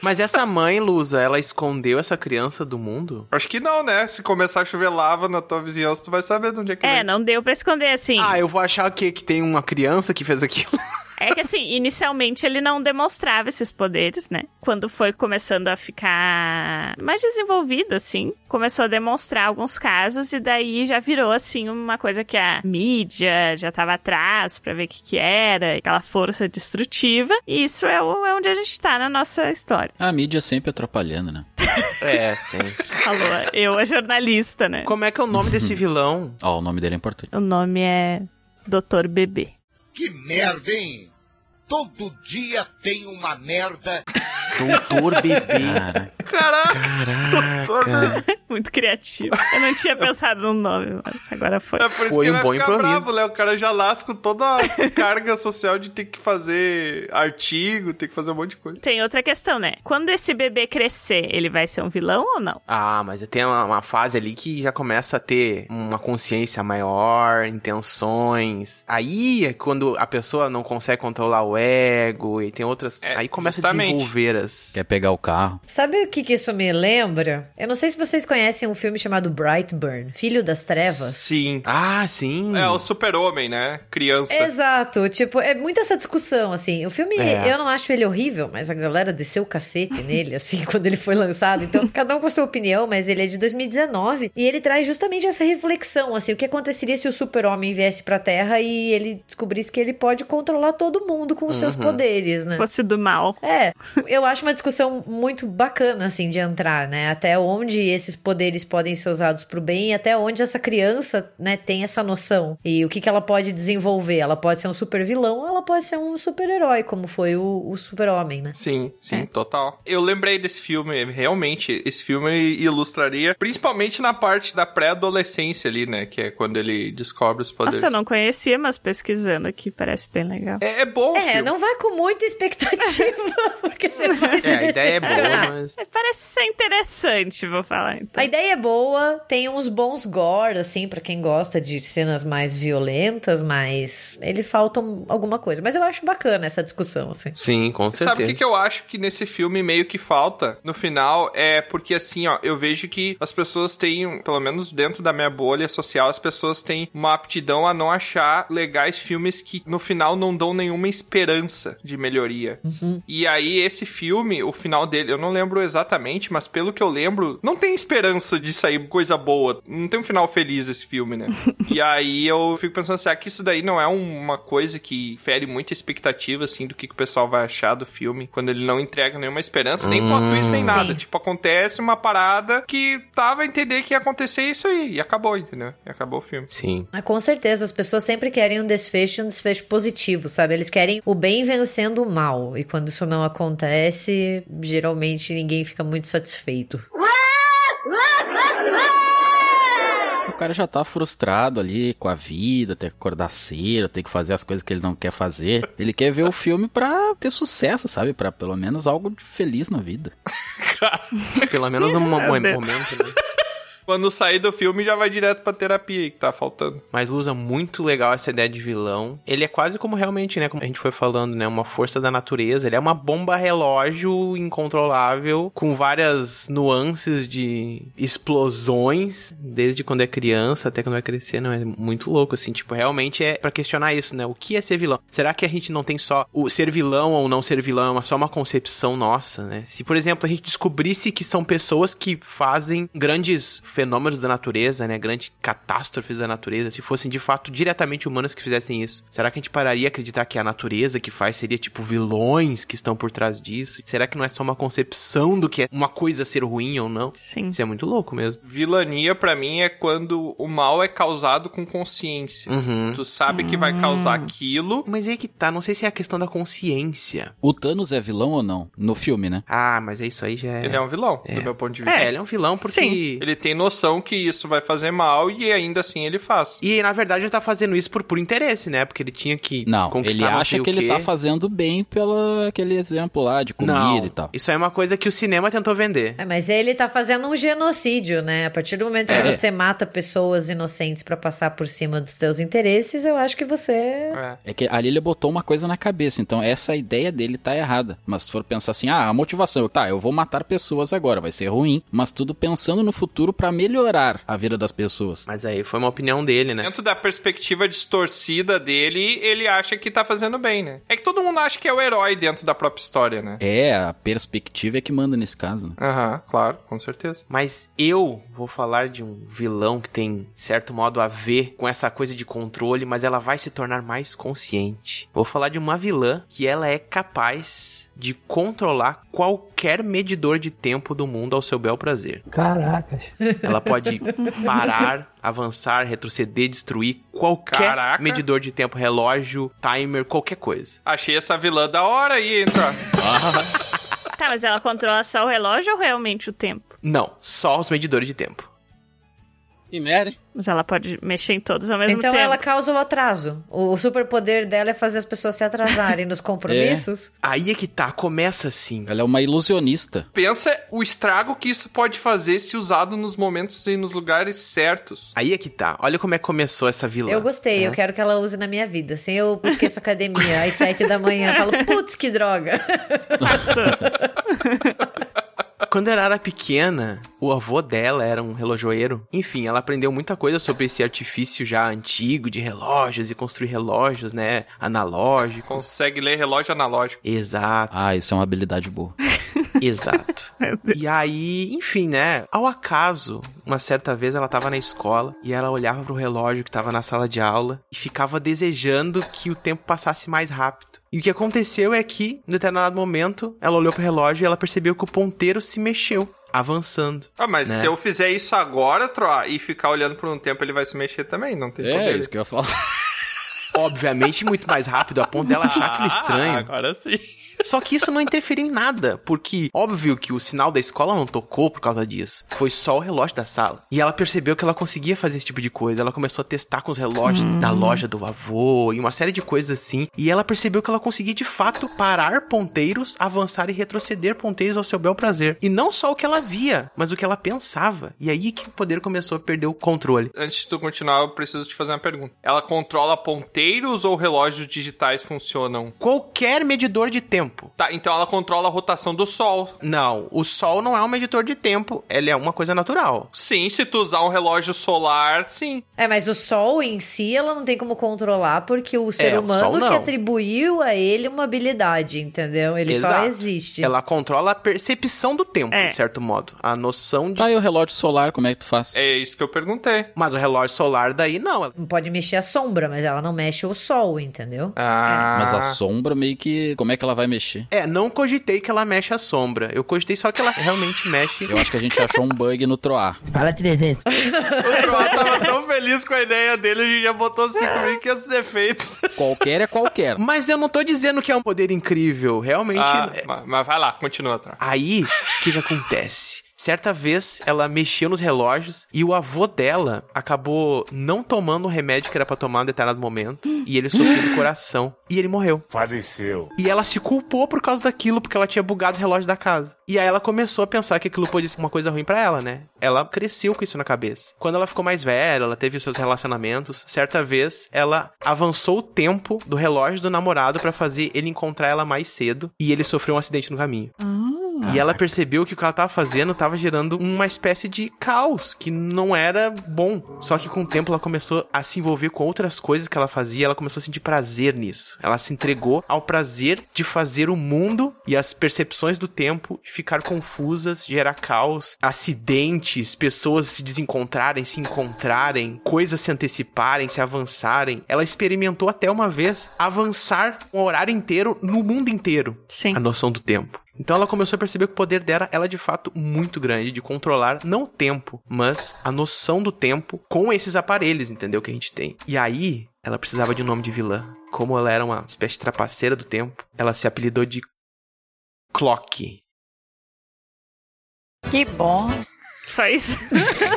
Speaker 2: Mas essa mãe, Lusa, ela escondeu essa criança do mundo?
Speaker 4: Acho que não, né? Se começar a chover lava na tua vizinhança, tu vai saber de onde é que
Speaker 1: É,
Speaker 4: vem.
Speaker 1: não deu pra esconder assim.
Speaker 2: Ah, eu vou achar que, que tem uma criança que fez aquilo.
Speaker 1: É que assim, inicialmente ele não demonstrava esses poderes, né? Quando foi começando a ficar mais desenvolvido, assim, começou a demonstrar alguns casos e daí já virou, assim, uma coisa que a mídia já tava atrás pra ver o que que era, aquela força destrutiva. E isso é, o- é onde a gente tá na nossa história.
Speaker 3: A mídia sempre atrapalhando, né?
Speaker 7: É, sim.
Speaker 1: Falou, eu, a jornalista, né?
Speaker 2: Como é que é o nome desse vilão?
Speaker 3: Ó, o nome dele é importante.
Speaker 1: O nome é Dr. Bebê.
Speaker 5: Que merda, hein? Todo dia tem uma merda.
Speaker 2: Doutor Bebê.
Speaker 3: Cara,
Speaker 4: Caraca,
Speaker 2: Caraca.
Speaker 1: Muito criativo. Eu não tinha pensado no nome, mas agora foi.
Speaker 4: é por isso
Speaker 2: Foi
Speaker 4: que
Speaker 2: um
Speaker 4: ele
Speaker 2: bom
Speaker 4: vai ficar
Speaker 2: improviso.
Speaker 4: bravo, né? O cara já lasca toda a carga social de ter que fazer artigo, ter que fazer um monte de coisa.
Speaker 1: Tem outra questão, né? Quando esse bebê crescer, ele vai ser um vilão ou não?
Speaker 2: Ah, mas tem uma, uma fase ali que já começa a ter uma consciência maior, intenções. Aí é quando a pessoa não consegue controlar o ego e tem outras.
Speaker 4: É,
Speaker 2: aí começa
Speaker 4: justamente.
Speaker 2: a desenvolver as.
Speaker 3: quer pegar o carro.
Speaker 6: Sabe o que, que isso me lembra? Eu não sei se vocês conhecem um filme chamado Brightburn, Filho das Trevas.
Speaker 4: Sim.
Speaker 2: Ah, sim.
Speaker 4: É o super-homem, né? Criança.
Speaker 6: Exato, tipo, é muito essa discussão, assim. O filme,
Speaker 2: É.
Speaker 6: eu não acho ele horrível, mas a galera desceu o cacete nele, assim, quando ele foi lançado. Então, cada um com a sua opinião, mas ele é de 2019 e ele traz justamente essa reflexão, assim, o que aconteceria se o super-homem viesse pra Terra e ele descobrisse que ele pode controlar todo mundo com os seus poderes, né?
Speaker 1: Fosse do mal.
Speaker 6: É, eu acho uma discussão muito bacana, assim, de entrar, né? Até onde esses poderes podem ser usados pro bem e até onde essa criança, né, tem essa noção. E o que, que ela pode desenvolver? Ela pode ser um super vilão ou ela pode ser um super-herói, como foi o, o super-homem, né?
Speaker 4: Sim, sim,
Speaker 1: É.
Speaker 4: total. Eu lembrei desse filme, realmente, esse filme ilustraria, principalmente na parte da pré-adolescência ali, né? Que é quando ele descobre os poderes.
Speaker 1: Nossa, eu não conhecia, mas pesquisando aqui parece bem legal.
Speaker 4: É, é bom, o
Speaker 6: É,
Speaker 4: filme.
Speaker 6: não vai com muita expectativa, porque você vai se
Speaker 2: É, a ideia é
Speaker 6: decepcionar.
Speaker 2: boa, mas.
Speaker 1: É, Parece ser interessante, vou falar então.
Speaker 6: A ideia é boa, tem uns bons gore, assim, pra quem gosta de cenas mais violentas, mas ele falta um- alguma coisa. Mas eu acho bacana essa discussão, assim.
Speaker 2: Sim, com certeza.
Speaker 4: Sabe o que, que eu acho que nesse filme meio que falta no final? É porque assim, ó, eu vejo que as pessoas têm, pelo menos dentro da minha bolha social, as pessoas têm uma aptidão a não achar legais filmes que no final não dão nenhuma esperança de melhoria. E aí esse filme, o final dele, eu não lembro exatamente, mas pelo que eu lembro, não tem esperança de sair coisa boa. Não tem um final feliz esse filme, né? e aí eu fico pensando assim, ah, que isso daí não é uma coisa que fere muita expectativa, assim, do que, que o pessoal vai achar do filme, quando ele não entrega nenhuma esperança, nem plot twist, nem
Speaker 6: Sim.
Speaker 4: nada. Tipo, acontece uma parada que tava a entender que ia acontecer isso aí, e acabou, entendeu? E acabou o filme.
Speaker 2: Sim.
Speaker 6: Ah, Com certeza, as pessoas sempre querem um desfecho, um desfecho positivo, sabe? Eles querem o bem vencendo o mal. E quando isso não acontece, geralmente ninguém fica muito satisfeito.
Speaker 3: O cara já tá frustrado ali com a vida, tem que acordar cedo, tem que fazer as coisas que ele não quer fazer. Ele quer ver o filme pra ter sucesso, sabe? Pra pelo menos algo de feliz na vida.
Speaker 2: Pelo menos um
Speaker 4: É,
Speaker 2: mo-
Speaker 1: Meu Deus.
Speaker 2: momento, né?
Speaker 4: Quando sair do filme, já vai direto pra terapia aí que tá faltando.
Speaker 2: Mas Lusa, muito legal essa ideia de vilão. Ele é quase como realmente, né? Como a gente foi falando, né? Uma força da natureza. Ele é uma bomba relógio incontrolável, com várias nuances de explosões, desde quando é criança até quando vai crescer, não é muito louco, assim. Tipo, realmente é pra questionar isso, né? O que é ser vilão? Será que a gente não tem só o ser vilão ou não ser vilão? É uma- só uma concepção nossa, né? Se, por exemplo, a gente descobrisse que são pessoas que fazem grandes fenômenos da natureza, né? Grandes catástrofes da natureza, se fossem de fato diretamente humanos que fizessem isso, será que a gente pararia a acreditar que é a natureza que faz seria tipo vilões que estão por trás disso? Será que não é só uma concepção do que é uma coisa ser ruim ou não?
Speaker 1: Sim.
Speaker 2: Isso é muito louco mesmo.
Speaker 4: Vilania, pra mim, é quando o mal é causado com consciência.
Speaker 2: Uhum.
Speaker 4: Tu sabe que vai causar aquilo.
Speaker 2: Mas aí que tá, não sei se é a questão da consciência.
Speaker 3: O Thanos é vilão ou não? No filme, né?
Speaker 2: Ah, mas é isso aí já é.
Speaker 4: Ele é um vilão, do meu ponto de vista.
Speaker 2: É, ele é um vilão porque
Speaker 1: Sim.
Speaker 4: Ele tem noção que isso vai fazer mal e ainda assim ele faz.
Speaker 2: E na verdade ele tá fazendo isso por puro interesse, né? Porque ele tinha que
Speaker 3: Não,
Speaker 2: conquistar
Speaker 3: ele
Speaker 2: não
Speaker 3: acha
Speaker 2: sei o
Speaker 3: que ele
Speaker 2: quê.
Speaker 3: tá fazendo bem pelo aquele exemplo lá de comida
Speaker 2: Não,
Speaker 3: e tal.
Speaker 2: isso aí é uma coisa que o cinema tentou vender.
Speaker 6: É, mas ele tá fazendo um genocídio, né? A partir do momento
Speaker 3: É.
Speaker 6: que você mata pessoas inocentes pra passar por cima dos seus interesses, eu acho que você.
Speaker 4: É.
Speaker 3: É que ali ele botou uma coisa na cabeça, então essa ideia dele tá errada. Mas se for pensar assim, ah, a motivação, tá, eu vou matar pessoas agora, vai ser ruim, mas tudo pensando no futuro pra melhorar a vida das pessoas.
Speaker 2: Mas aí foi uma opinião dele, né?
Speaker 4: Dentro da perspectiva distorcida dele, ele acha que tá fazendo bem, né? É que todo mundo acha que é o herói dentro da própria história, né?
Speaker 3: É, a perspectiva é que manda nesse caso. né?
Speaker 4: Aham, claro, com certeza.
Speaker 2: Mas eu vou falar de um vilão que tem, de certo modo, a ver com essa coisa de controle, mas ela vai se tornar mais consciente. Vou falar de uma vilã que ela é capaz de controlar qualquer medidor de tempo do mundo ao seu bel prazer.
Speaker 9: Caracas.
Speaker 2: Ela pode parar, avançar, retroceder, destruir qualquer
Speaker 4: Caraca.
Speaker 2: medidor de tempo, relógio, timer, qualquer coisa.
Speaker 4: Achei essa vilã da hora aí, entra.
Speaker 1: Tá, mas ela controla só o relógio ou realmente o tempo?
Speaker 2: Não, só os medidores de tempo.
Speaker 9: Que merda, hein?
Speaker 1: Mas ela pode mexer em todos ao mesmo
Speaker 6: Então
Speaker 1: tempo.
Speaker 6: ela causa o atraso. O o superpoder dela é fazer as pessoas se atrasarem nos compromissos.
Speaker 2: Aí é que tá, começa assim.
Speaker 3: Ela é uma ilusionista.
Speaker 4: Pensa o estrago que isso pode fazer se usado nos momentos e nos lugares certos.
Speaker 2: Aí é que tá. Olha como é que começou essa vilã.
Speaker 6: Eu gostei,
Speaker 1: É.
Speaker 2: né?
Speaker 6: eu quero que ela use na minha vida. Assim eu esqueço a academia às sete da manhã, eu falo, putz, que droga.
Speaker 1: Passou.
Speaker 2: Quando ela era pequena, o avô dela era um relojoeiro. Enfim, ela aprendeu muita coisa sobre esse artifício já antigo de relógios e construir relógios, né? Analógico.
Speaker 4: Consegue ler relógio analógico.
Speaker 2: Exato,
Speaker 3: Ah, isso é uma habilidade boa.
Speaker 2: exato. e aí, enfim, né? Ao acaso, uma certa vez ela tava na escola e ela olhava pro relógio que tava na sala de aula e ficava desejando que o tempo passasse mais rápido. E o que aconteceu é que, em determinado momento, ela olhou pro relógio e ela percebeu que o ponteiro se mexeu, avançando.
Speaker 4: Ah, mas
Speaker 2: Né?
Speaker 4: se eu fizer isso agora, Troa, e ficar olhando por um tempo, ele vai se mexer também, não tem
Speaker 3: É,
Speaker 4: poder.
Speaker 3: isso que eu ia falar.
Speaker 2: obviamente muito mais rápido, a ponto dela achar aquilo
Speaker 4: Ah,
Speaker 2: estranho.
Speaker 4: Agora sim.
Speaker 2: Só que isso não interferiu em nada, porque óbvio que o sinal da escola não tocou por causa disso. Foi só o relógio da sala. E ela percebeu que ela conseguia fazer esse tipo de coisa. Ela começou a testar com os relógios da loja do avô e uma série de coisas assim. E ela percebeu que ela conseguia de fato parar ponteiros, avançar e retroceder ponteiros ao seu bel prazer. E não só o que ela via, mas o que ela pensava. E aí que o poder começou a perder o controle.
Speaker 4: Antes de tu continuar, eu preciso te fazer uma pergunta. Ela controla ponteiros ou relógios digitais funcionam?
Speaker 2: Qualquer medidor de tempo.
Speaker 4: Tá, então ela controla a rotação do sol.
Speaker 2: Não, o Sol não é um medidor de tempo, ele é uma coisa natural.
Speaker 4: Sim, se tu usar um relógio solar, sim.
Speaker 6: É, mas o sol em si ela não tem como controlar, porque o ser
Speaker 2: É, o sol
Speaker 6: humano que
Speaker 2: não.
Speaker 6: atribuiu a ele uma habilidade, entendeu? Ele só
Speaker 2: Exato.
Speaker 6: existe.
Speaker 2: Ela controla a percepção do tempo,
Speaker 1: É.
Speaker 2: de certo modo. A noção de.
Speaker 3: Tá aí o relógio solar, como é que tu faz?
Speaker 4: É isso que eu perguntei.
Speaker 2: Mas o relógio solar daí não.
Speaker 6: Não pode mexer a sombra, mas ela não mexe o sol, entendeu?
Speaker 4: Ah,
Speaker 3: Mas a sombra meio que. Como é que ela vai mexer?
Speaker 2: É, não cogitei que ela mexe a sombra. Eu cogitei só que ela realmente mexe.
Speaker 3: Eu acho que a gente achou um bug no Troar.
Speaker 9: Fala 300.
Speaker 4: o Troá tava tão feliz com a ideia dele, a gente já botou 5.500 defeitos.
Speaker 3: Qualquer é qualquer.
Speaker 2: Mas eu não tô dizendo que é um poder incrível. Realmente.
Speaker 4: Ah,
Speaker 2: é-
Speaker 4: mas, mas vai lá, continua, Troá.
Speaker 2: Aí, o que, que acontece? Certa vez, ela mexeu nos relógios e o avô dela acabou não tomando o remédio que era pra tomar em determinado momento. E ele sofreu do coração. E ele morreu.
Speaker 5: Faleceu.
Speaker 2: E ela se culpou por causa daquilo, porque ela tinha bugado o relógio da casa. E aí ela começou a pensar que aquilo podia ser uma coisa ruim pra ela, né? Ela cresceu com isso na cabeça. Quando ela ficou mais velha, ela teve seus relacionamentos. Certa vez, ela avançou o tempo do relógio do namorado pra fazer ele encontrar ela mais cedo. E ele sofreu um acidente no caminho. E ela percebeu que o que ela tava fazendo tava gerando uma espécie de caos, que não era bom. Só que com o tempo ela começou a se envolver com outras coisas que ela fazia, ela começou a sentir prazer nisso. Ela se entregou ao prazer de fazer o mundo e as percepções do tempo ficar confusas, gerar caos, acidentes, pessoas se desencontrarem, se encontrarem, coisas se anteciparem, se avançarem. Ela experimentou até uma vez avançar um horário inteiro no mundo inteiro
Speaker 1: Sim.
Speaker 2: a noção do tempo. Então ela começou a perceber que o poder dela era de fato muito grande de controlar não o tempo, mas a noção do tempo com esses aparelhos, entendeu? Que a gente tem. E aí, ela precisava de um nome de vilã. Como ela era uma espécie de trapaceira do tempo, ela se apelidou de Clock.
Speaker 10: Que bom.
Speaker 1: Só isso.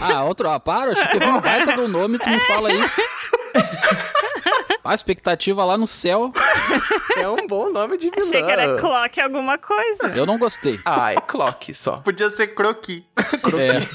Speaker 3: Ah, outro. Ah, para, achei que teve um baita do nome tu me fala isso. A expectativa lá no céu,
Speaker 2: É um bom nome de vilão.
Speaker 1: Achei que era clock alguma coisa.
Speaker 3: eu não gostei.
Speaker 2: Ah, é Clock só.
Speaker 4: Podia ser croqui.
Speaker 3: É,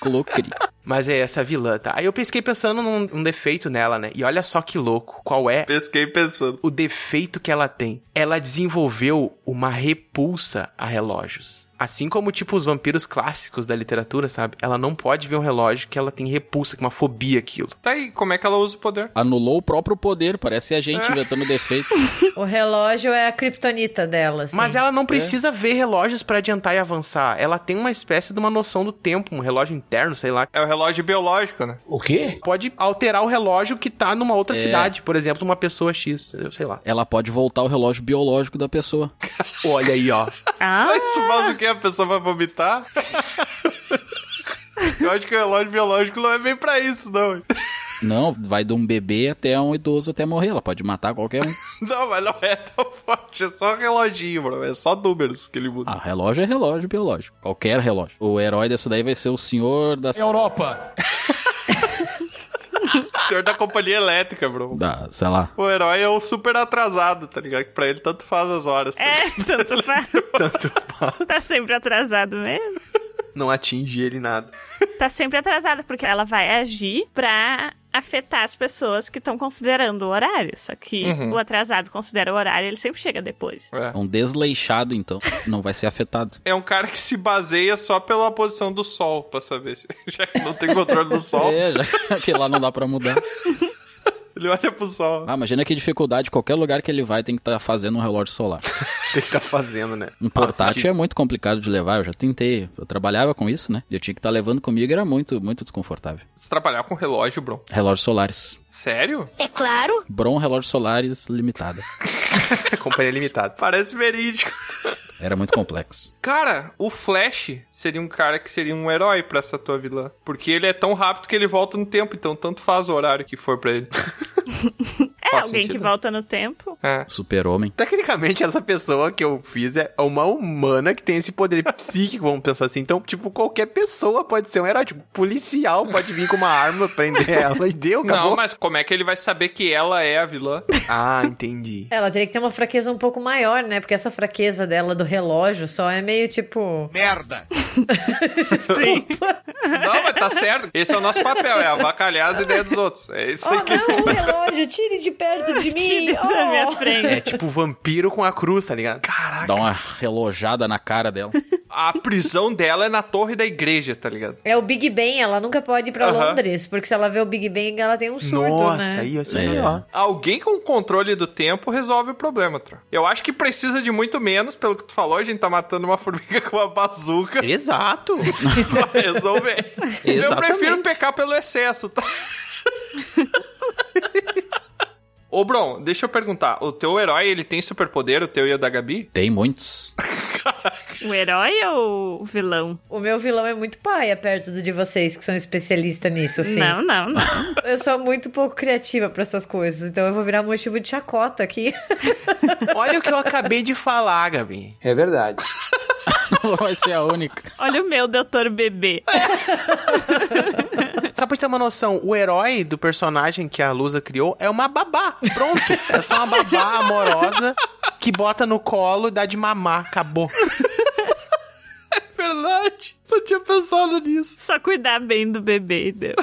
Speaker 3: Clocri.
Speaker 2: Mas é essa vilã, tá? Aí eu pesquei pensando num, num defeito nela, né? E olha só que louco. Qual é
Speaker 4: Pesquei pensando.
Speaker 2: o defeito que ela tem? Ela desenvolveu uma repulsa a relógios. Assim como, tipo, os vampiros clássicos da literatura, sabe? Ela não pode ver um relógio que ela tem repulsa, que é uma fobia aquilo.
Speaker 4: Tá aí, como é que ela usa o poder?
Speaker 3: Anulou o próprio poder, parece a gente inventando defeito.
Speaker 6: O relógio é a kriptonita dela, assim.
Speaker 2: Mas ela não precisa ver relógios pra adiantar e avançar. Ela tem uma espécie de uma noção do tempo, um relógio interno, sei lá.
Speaker 4: É o relógio biológico, né?
Speaker 8: O quê?
Speaker 2: Pode alterar o relógio que tá numa outra cidade, por exemplo, uma pessoa X, entendeu? sei lá.
Speaker 3: Ela pode voltar o relógio biológico da pessoa.
Speaker 2: Olha aí, ó.
Speaker 1: Ah,
Speaker 4: Isso faz o quê? A pessoa vai vomitar? Eu acho que o relógio biológico não é bem pra isso, não.
Speaker 3: Não, vai de um bebê até um idoso até morrer. Ela pode matar qualquer um.
Speaker 4: Não, mas não é tão forte. É só reloginho, bro. É só números que ele muda.
Speaker 3: Ah, relógio é relógio biológico. Qualquer relógio. O herói dessa daí vai ser o senhor da.
Speaker 8: Europa.
Speaker 4: O senhor da companhia elétrica, bro.
Speaker 3: da sei lá.
Speaker 4: O herói é o super atrasado, tá ligado? Que pra ele tanto faz as horas. Tá
Speaker 1: é, tanto faz.
Speaker 2: Tanto faz.
Speaker 1: Tá sempre atrasado mesmo.
Speaker 2: Não atinge ele nada.
Speaker 1: Tá sempre atrasado, porque ela vai agir pra afetar as pessoas que estão considerando o horário. Só que
Speaker 3: Uhum.
Speaker 1: o atrasado considera o horário, ele sempre chega depois.
Speaker 3: É um desleixado, então. Não vai ser afetado.
Speaker 4: É um cara que se baseia só pela posição do sol, pra saber se. Já que não tem controle do sol,
Speaker 3: É, já que lá não dá pra mudar.
Speaker 4: ele olha pro sol.
Speaker 3: Ah, imagina que dificuldade. Qualquer lugar que ele vai tem que estar fazendo um relógio solar.
Speaker 2: Tem que tá fazendo, né?
Speaker 3: Um portátil é muito complicado de levar. Eu já tentei. Eu trabalhava com isso, né? Eu tinha que estar levando comigo. Era muito, muito desconfortável.
Speaker 4: Se trabalhar com relógio, bro.
Speaker 3: Relógios solares.
Speaker 4: Sério?
Speaker 3: Bron Relógios Solares Limitada.
Speaker 2: É companhia limitada.
Speaker 4: Parece verídico.
Speaker 3: Era muito complexo.
Speaker 4: Cara, o Flash seria um cara que seria um herói pra essa tua vilã. Porque ele é tão rápido que ele volta no tempo, então tanto faz o horário que for pra ele.
Speaker 1: É
Speaker 4: Faz
Speaker 1: alguém
Speaker 4: sentido.
Speaker 1: que volta no tempo.
Speaker 4: É.
Speaker 3: Super-Homem.
Speaker 2: Tecnicamente, essa pessoa que eu fiz é uma humana que tem esse poder psíquico, vamos pensar assim. Então, tipo, qualquer pessoa pode ser um herói. Tipo, policial pode vir com uma arma, prender ela e deu, acabou.
Speaker 4: Não, mas como é que ele vai saber que ela é a vilã?
Speaker 2: Ah, entendi.
Speaker 6: Ela teria que ter uma fraqueza um pouco maior, né? Porque essa fraqueza dela do relógio só é meio tipo.
Speaker 5: Merda!
Speaker 1: Sim.
Speaker 4: Não, mas tá certo. Esse é o nosso papel, é avacalhar as ideias dos outros. É isso
Speaker 6: Oh,
Speaker 4: aí que...
Speaker 6: não, o relógio, tire de perto de mim.
Speaker 1: Tira isso da minha
Speaker 6: Oh.
Speaker 1: frente.
Speaker 2: É tipo vampiro com a cruz, tá ligado? Caraca.
Speaker 3: Dá uma relojada na cara dela.
Speaker 4: A prisão dela é na torre da igreja, tá ligado?
Speaker 6: É o Big Ben, ela nunca pode ir pra
Speaker 4: Aham.
Speaker 6: Londres, porque se ela vê o Big Ben, ela tem um surto,
Speaker 2: Nossa,
Speaker 6: né?
Speaker 2: aí isso
Speaker 3: É.
Speaker 2: já
Speaker 4: Alguém com controle do tempo resolve o problema, Tro. Eu acho que precisa de muito menos, pelo que tu falou, a gente tá matando uma formiga com uma bazuca
Speaker 2: Exato.
Speaker 4: pra resolver. Eu
Speaker 2: Exatamente.
Speaker 4: prefiro pecar pelo excesso, tá? Ô, Bron, deixa eu perguntar. O teu herói, ele tem superpoder, o teu e o da Gabi?
Speaker 3: Tem muitos. É.
Speaker 1: O herói ou o vilão?
Speaker 6: O meu vilão é muito paia perto do de vocês, que são especialistas nisso, assim.
Speaker 1: Não, não, não.
Speaker 6: Eu sou muito pouco criativa pra essas coisas, então eu vou virar motivo de chacota aqui.
Speaker 2: Olha o que eu acabei de falar, Gabi.
Speaker 9: É verdade.
Speaker 3: Não vai ser a única.
Speaker 1: Olha o meu doutor bebê.
Speaker 2: Só pra gente ter uma noção, o herói do personagem que a Lusa criou é uma babá. Pronto. É só uma babá amorosa que bota no colo e dá de mamar. Acabou.
Speaker 4: Verdade. Não tinha pensado nisso.
Speaker 1: Só cuidar bem do bebê, deu.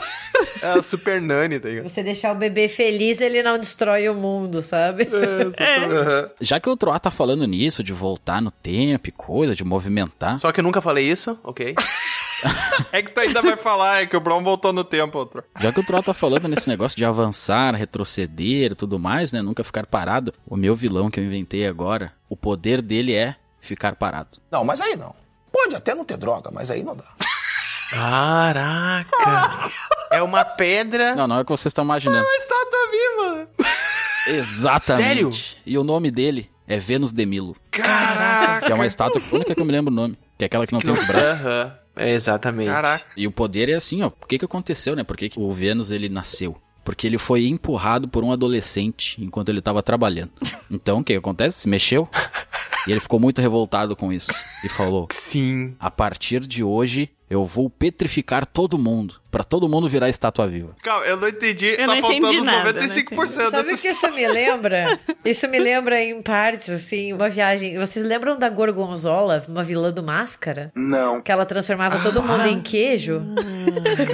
Speaker 2: É o Super Nani, tá ligado?
Speaker 6: Você deixar o bebê feliz, ele não destrói o mundo, sabe?
Speaker 3: Já que o Troá tá falando nisso, de voltar no tempo e coisa, de movimentar.
Speaker 2: Só que eu nunca falei isso, ok?
Speaker 4: É que tu ainda vai falar, é que o Bron voltou no tempo, outro.
Speaker 3: Já que o Troá tá falando nesse negócio de avançar, retroceder e tudo mais, né? Nunca ficar parado. O meu vilão que eu inventei agora, o poder dele é ficar parado.
Speaker 8: Não, mas aí não. Pode até não ter droga, mas aí não dá.
Speaker 2: Caraca! É uma pedra.
Speaker 3: Não, não é o que vocês estão imaginando.
Speaker 4: A estátua viva.
Speaker 3: Exatamente.
Speaker 2: Sério?
Speaker 3: E o nome dele é Vênus Demilo,
Speaker 4: Caraca.
Speaker 3: que é uma estátua a única que eu me lembro o nome, que é aquela que não tem os braços.
Speaker 2: Aham. É, exatamente.
Speaker 4: Caraca.
Speaker 3: E o poder é assim, ó. Por que que aconteceu, né? Por que, que o Vênus ele nasceu? Porque ele foi empurrado por um adolescente enquanto ele tava trabalhando. Então, o que acontece? Se mexeu. E ele ficou muito revoltado com isso. E falou:
Speaker 2: Sim.
Speaker 3: A partir de hoje, Eu vou petrificar todo mundo, pra todo mundo virar estátua viva.
Speaker 4: Calma, eu não entendi.
Speaker 1: Eu
Speaker 4: tá
Speaker 1: não
Speaker 4: faltando
Speaker 1: entendi
Speaker 4: os
Speaker 1: nada,
Speaker 4: 95%
Speaker 6: Sabe o
Speaker 4: dessa
Speaker 6: que isso me lembra? Isso me lembra em partes, assim, uma viagem. Vocês lembram da Gorgonzola, uma vilã do Máscara? Não. Que ela transformava todo mundo em queijo?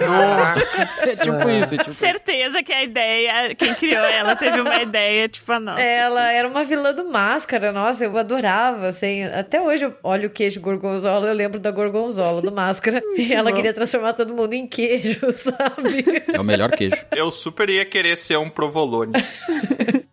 Speaker 3: É tipo isso, é tipo
Speaker 1: Certeza que a ideia, quem criou ela teve uma ideia, tipo, ah, não.
Speaker 6: É, Ela era uma vilã do Máscara, nossa, eu adorava, assim. Até hoje eu olho o queijo gorgonzola, eu lembro da gorgonzola do Máscara. e ela
Speaker 1: bom.
Speaker 6: queria transformar todo mundo em queijo, sabe?
Speaker 3: É o melhor queijo.
Speaker 4: Eu super ia querer ser um provolone.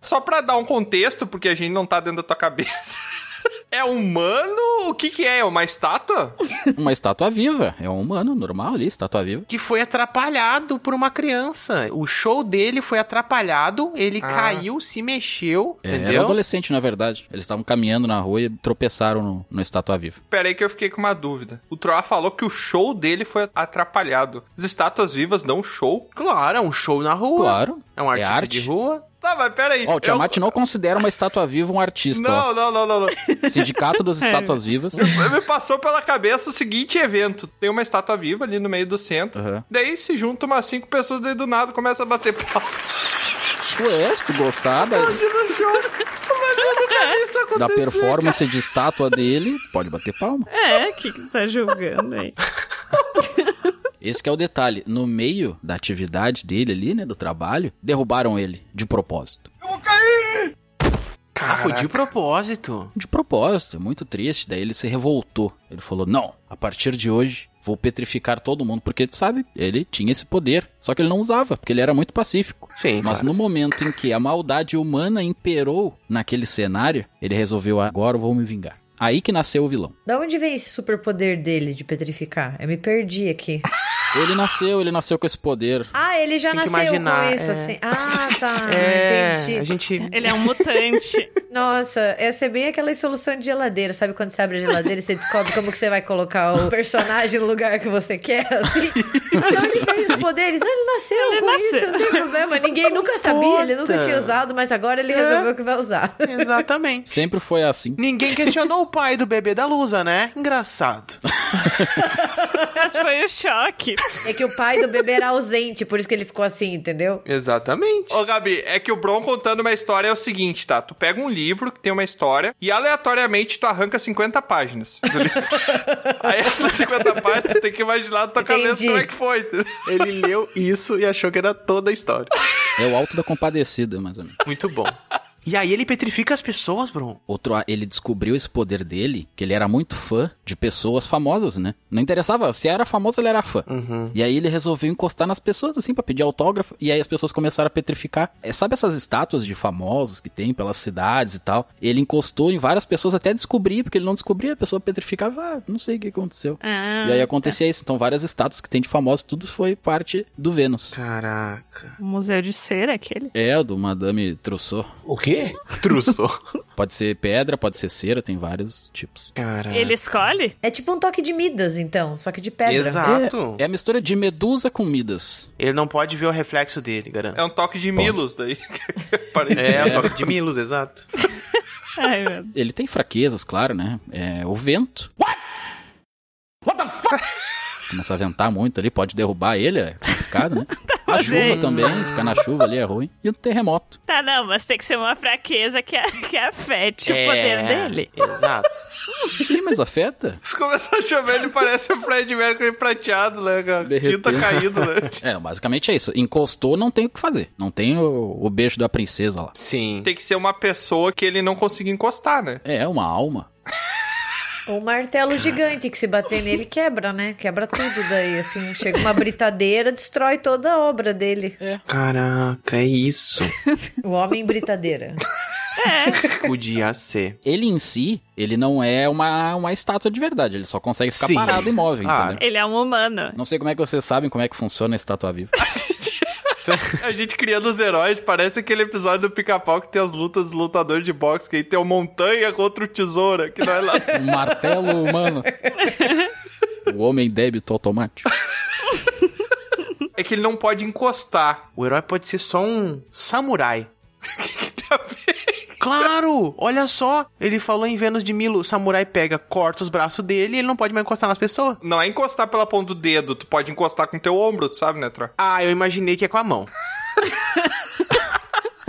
Speaker 4: Só pra dar um contexto, porque a gente não tá dentro da tua cabeça. É humano? O que que é? É uma estátua?
Speaker 3: Uma estátua viva. É um humano normal ali, estátua viva.
Speaker 2: Que foi atrapalhado por uma criança. O show dele foi atrapalhado, ele
Speaker 4: Ah.
Speaker 2: caiu, se mexeu,
Speaker 3: É, era um
Speaker 2: entendeu?
Speaker 3: adolescente, na verdade. Eles estavam caminhando na rua e tropeçaram no, no estátua viva.
Speaker 4: Pera aí que eu fiquei com uma dúvida. O Troá falou que o show dele foi atrapalhado. As estátuas vivas dão show?
Speaker 2: Claro, é um show na rua.
Speaker 3: Claro.
Speaker 2: É um artista
Speaker 3: arte.
Speaker 2: de rua.
Speaker 4: Tá, mas pera aí.
Speaker 3: Ó, o Tiamat
Speaker 4: eu...
Speaker 3: não considera uma estátua viva um artista,
Speaker 4: Não, não, não, não, É. não.
Speaker 3: ó. Sindicato das Estátuas Vivas.
Speaker 4: Me passou pela cabeça o seguinte evento. Tem uma estátua viva ali no meio do centro.
Speaker 3: Aham.
Speaker 4: Daí se juntam umas cinco pessoas, daí do nada começa a bater pau.
Speaker 3: Ué, é, se tu gostar da,
Speaker 4: no show. Mas eu nunca vi isso acontecer.
Speaker 3: da performance de estátua dele, pode bater palma.
Speaker 1: É, o que que tá julgando aí?
Speaker 3: Esse que é o detalhe. No meio da atividade dele ali, né, do trabalho, derrubaram ele de propósito.
Speaker 2: Ah, foi de propósito.
Speaker 3: De propósito, é muito triste. Daí ele se revoltou. Ele falou: Não, a partir de hoje vou petrificar todo mundo. Porque, tu sabe, ele tinha esse poder. Só que ele não usava, porque ele era muito pacífico.
Speaker 2: Sim,
Speaker 3: Mas no momento em que a maldade humana imperou naquele cenário, ele resolveu: Agora eu vou me vingar. Aí que nasceu o vilão.
Speaker 6: da onde vem esse superpoder dele de petrificar? Eu me perdi aqui.
Speaker 3: Ele nasceu, ele nasceu com esse poder.
Speaker 6: Ah, ele já
Speaker 2: Tem que
Speaker 6: nasceu
Speaker 2: imaginar,
Speaker 6: com isso,
Speaker 2: é.
Speaker 6: assim. Ah, tá.
Speaker 2: É,
Speaker 6: entendi.
Speaker 2: a gente...
Speaker 1: Ele é um mutante.
Speaker 6: Nossa, essa é bem aquela solução de geladeira, sabe? Quando você abre a geladeira e você descobre como que você vai colocar o personagem no lugar que você quer, assim. De onde veio os poderes? Não, ele nasceu
Speaker 1: Ele
Speaker 6: com
Speaker 1: nasceu.
Speaker 6: isso, não tem problema. Ninguém nunca sabia, ele nunca tinha usado, mas agora
Speaker 1: É.
Speaker 6: ele resolveu que vai usar.
Speaker 2: Exatamente.
Speaker 3: Sempre foi assim.
Speaker 2: Ninguém questionou o pai do bebê da Lusa, né? Engraçado.
Speaker 1: Mas foi o choque.
Speaker 6: É que o pai do bebê era ausente, por isso que ele ficou assim, entendeu?
Speaker 2: Exatamente.
Speaker 4: Ô, Gabi, é que o Bron contando uma história é o seguinte, tá? Tu pega um livro que tem uma história e aleatoriamente tu arranca 50 páginas do livro. Aí essas 50 páginas tu tem que imaginar na tua cabeça
Speaker 6: Entendi.
Speaker 4: como é que foi. entendeu?
Speaker 2: Ele leu isso e achou que era toda a história.
Speaker 3: É o alto da compadecida, mais ou menos.
Speaker 2: Muito bom. E aí ele petrifica as pessoas, Bruno.
Speaker 3: Outro, a- ele descobriu esse poder dele, que ele era muito fã de pessoas famosas, né? Não interessava se era famoso, ele era fã.
Speaker 2: Uhum.
Speaker 3: E aí ele resolveu encostar nas pessoas, assim, pra pedir autógrafo. E aí as pessoas começaram a petrificar. É, sabe essas estátuas de famosos que tem pelas cidades e tal? Ele encostou em várias pessoas até descobrir, porque ele não descobria, a pessoa petrificava, ah, não sei o que aconteceu.
Speaker 1: Ah,
Speaker 3: e aí acontecia isso. Então várias estátuas que tem de famosos, tudo foi parte do Vênus.
Speaker 2: Caraca.
Speaker 1: o museu de cera é aquele.
Speaker 3: É, do Madame Trousseau.
Speaker 8: O quê?
Speaker 2: Trusso.
Speaker 3: Pode ser pedra, pode ser cera, tem vários tipos.
Speaker 2: Caraca.
Speaker 1: Ele escolhe?
Speaker 6: É tipo um toque de Midas, então, só que de pedra.
Speaker 2: Exato.
Speaker 3: É a mistura de medusa com Midas.
Speaker 2: Ele não pode ver o reflexo dele, garanto.
Speaker 4: É um toque de Milos daí. Parece.
Speaker 2: É,
Speaker 3: É.
Speaker 2: a toca de Milos, exato.
Speaker 1: Ai, meu Deus.
Speaker 3: Ele tem fraquezas, claro, né? É o vento. What? What the fuck? Começa a ventar muito ali, pode derrubar ele, é complicado, né? A chuva
Speaker 1: fazendo.
Speaker 3: também, ficar na chuva ali é ruim. E o terremoto.
Speaker 1: Tá, não, mas tem que ser uma fraqueza que, a- que afete o
Speaker 2: É,
Speaker 1: poder dele.
Speaker 2: Exato.
Speaker 3: Sim, mas afeta.
Speaker 4: Se começar a chover, ele parece o Fred Mercury prateado, né? cara?
Speaker 3: Derretendo.
Speaker 4: Tinta caído, né?
Speaker 3: É, basicamente é isso. Encostou, não tem o que fazer. Não tem o, o beijo da princesa lá.
Speaker 2: Sim.
Speaker 4: Tem que ser uma pessoa que ele não consiga encostar, né?
Speaker 3: É, uma alma.
Speaker 6: Um martelo gigante que se bater nele quebra, né? Quebra tudo daí, assim. Chega uma britadeira, destrói toda a obra dele.
Speaker 2: Caraca, é isso.
Speaker 6: O homem britadeira.
Speaker 2: Podia ser.
Speaker 3: Ele em si, ele não é uma, uma estátua de verdade. Ele só consegue ficar
Speaker 2: Sim.
Speaker 3: parado imóvel,
Speaker 2: Ah.
Speaker 3: entendeu?
Speaker 1: Ele é um humano.
Speaker 3: Não sei como é que vocês sabem como é que funciona a estátua viva.
Speaker 4: A gente criando os heróis, parece aquele episódio do pica-pau que tem as lutas dos lutadores de boxe, que aí tem o montanha contra o tesoura, que não é lá.
Speaker 3: Um martelo humano. O homem débito automático.
Speaker 4: É que ele não pode encostar.
Speaker 2: O herói pode ser só um samurai. Claro! Olha só! Ele falou em Vênus de Milo: o samurai pega, corta os braços dele e ele não pode mais encostar nas pessoas.
Speaker 4: Não é encostar pela ponta do dedo, tu pode encostar com teu ombro, tu sabe, né, Tro?
Speaker 2: Ah, eu imaginei que é com a mão.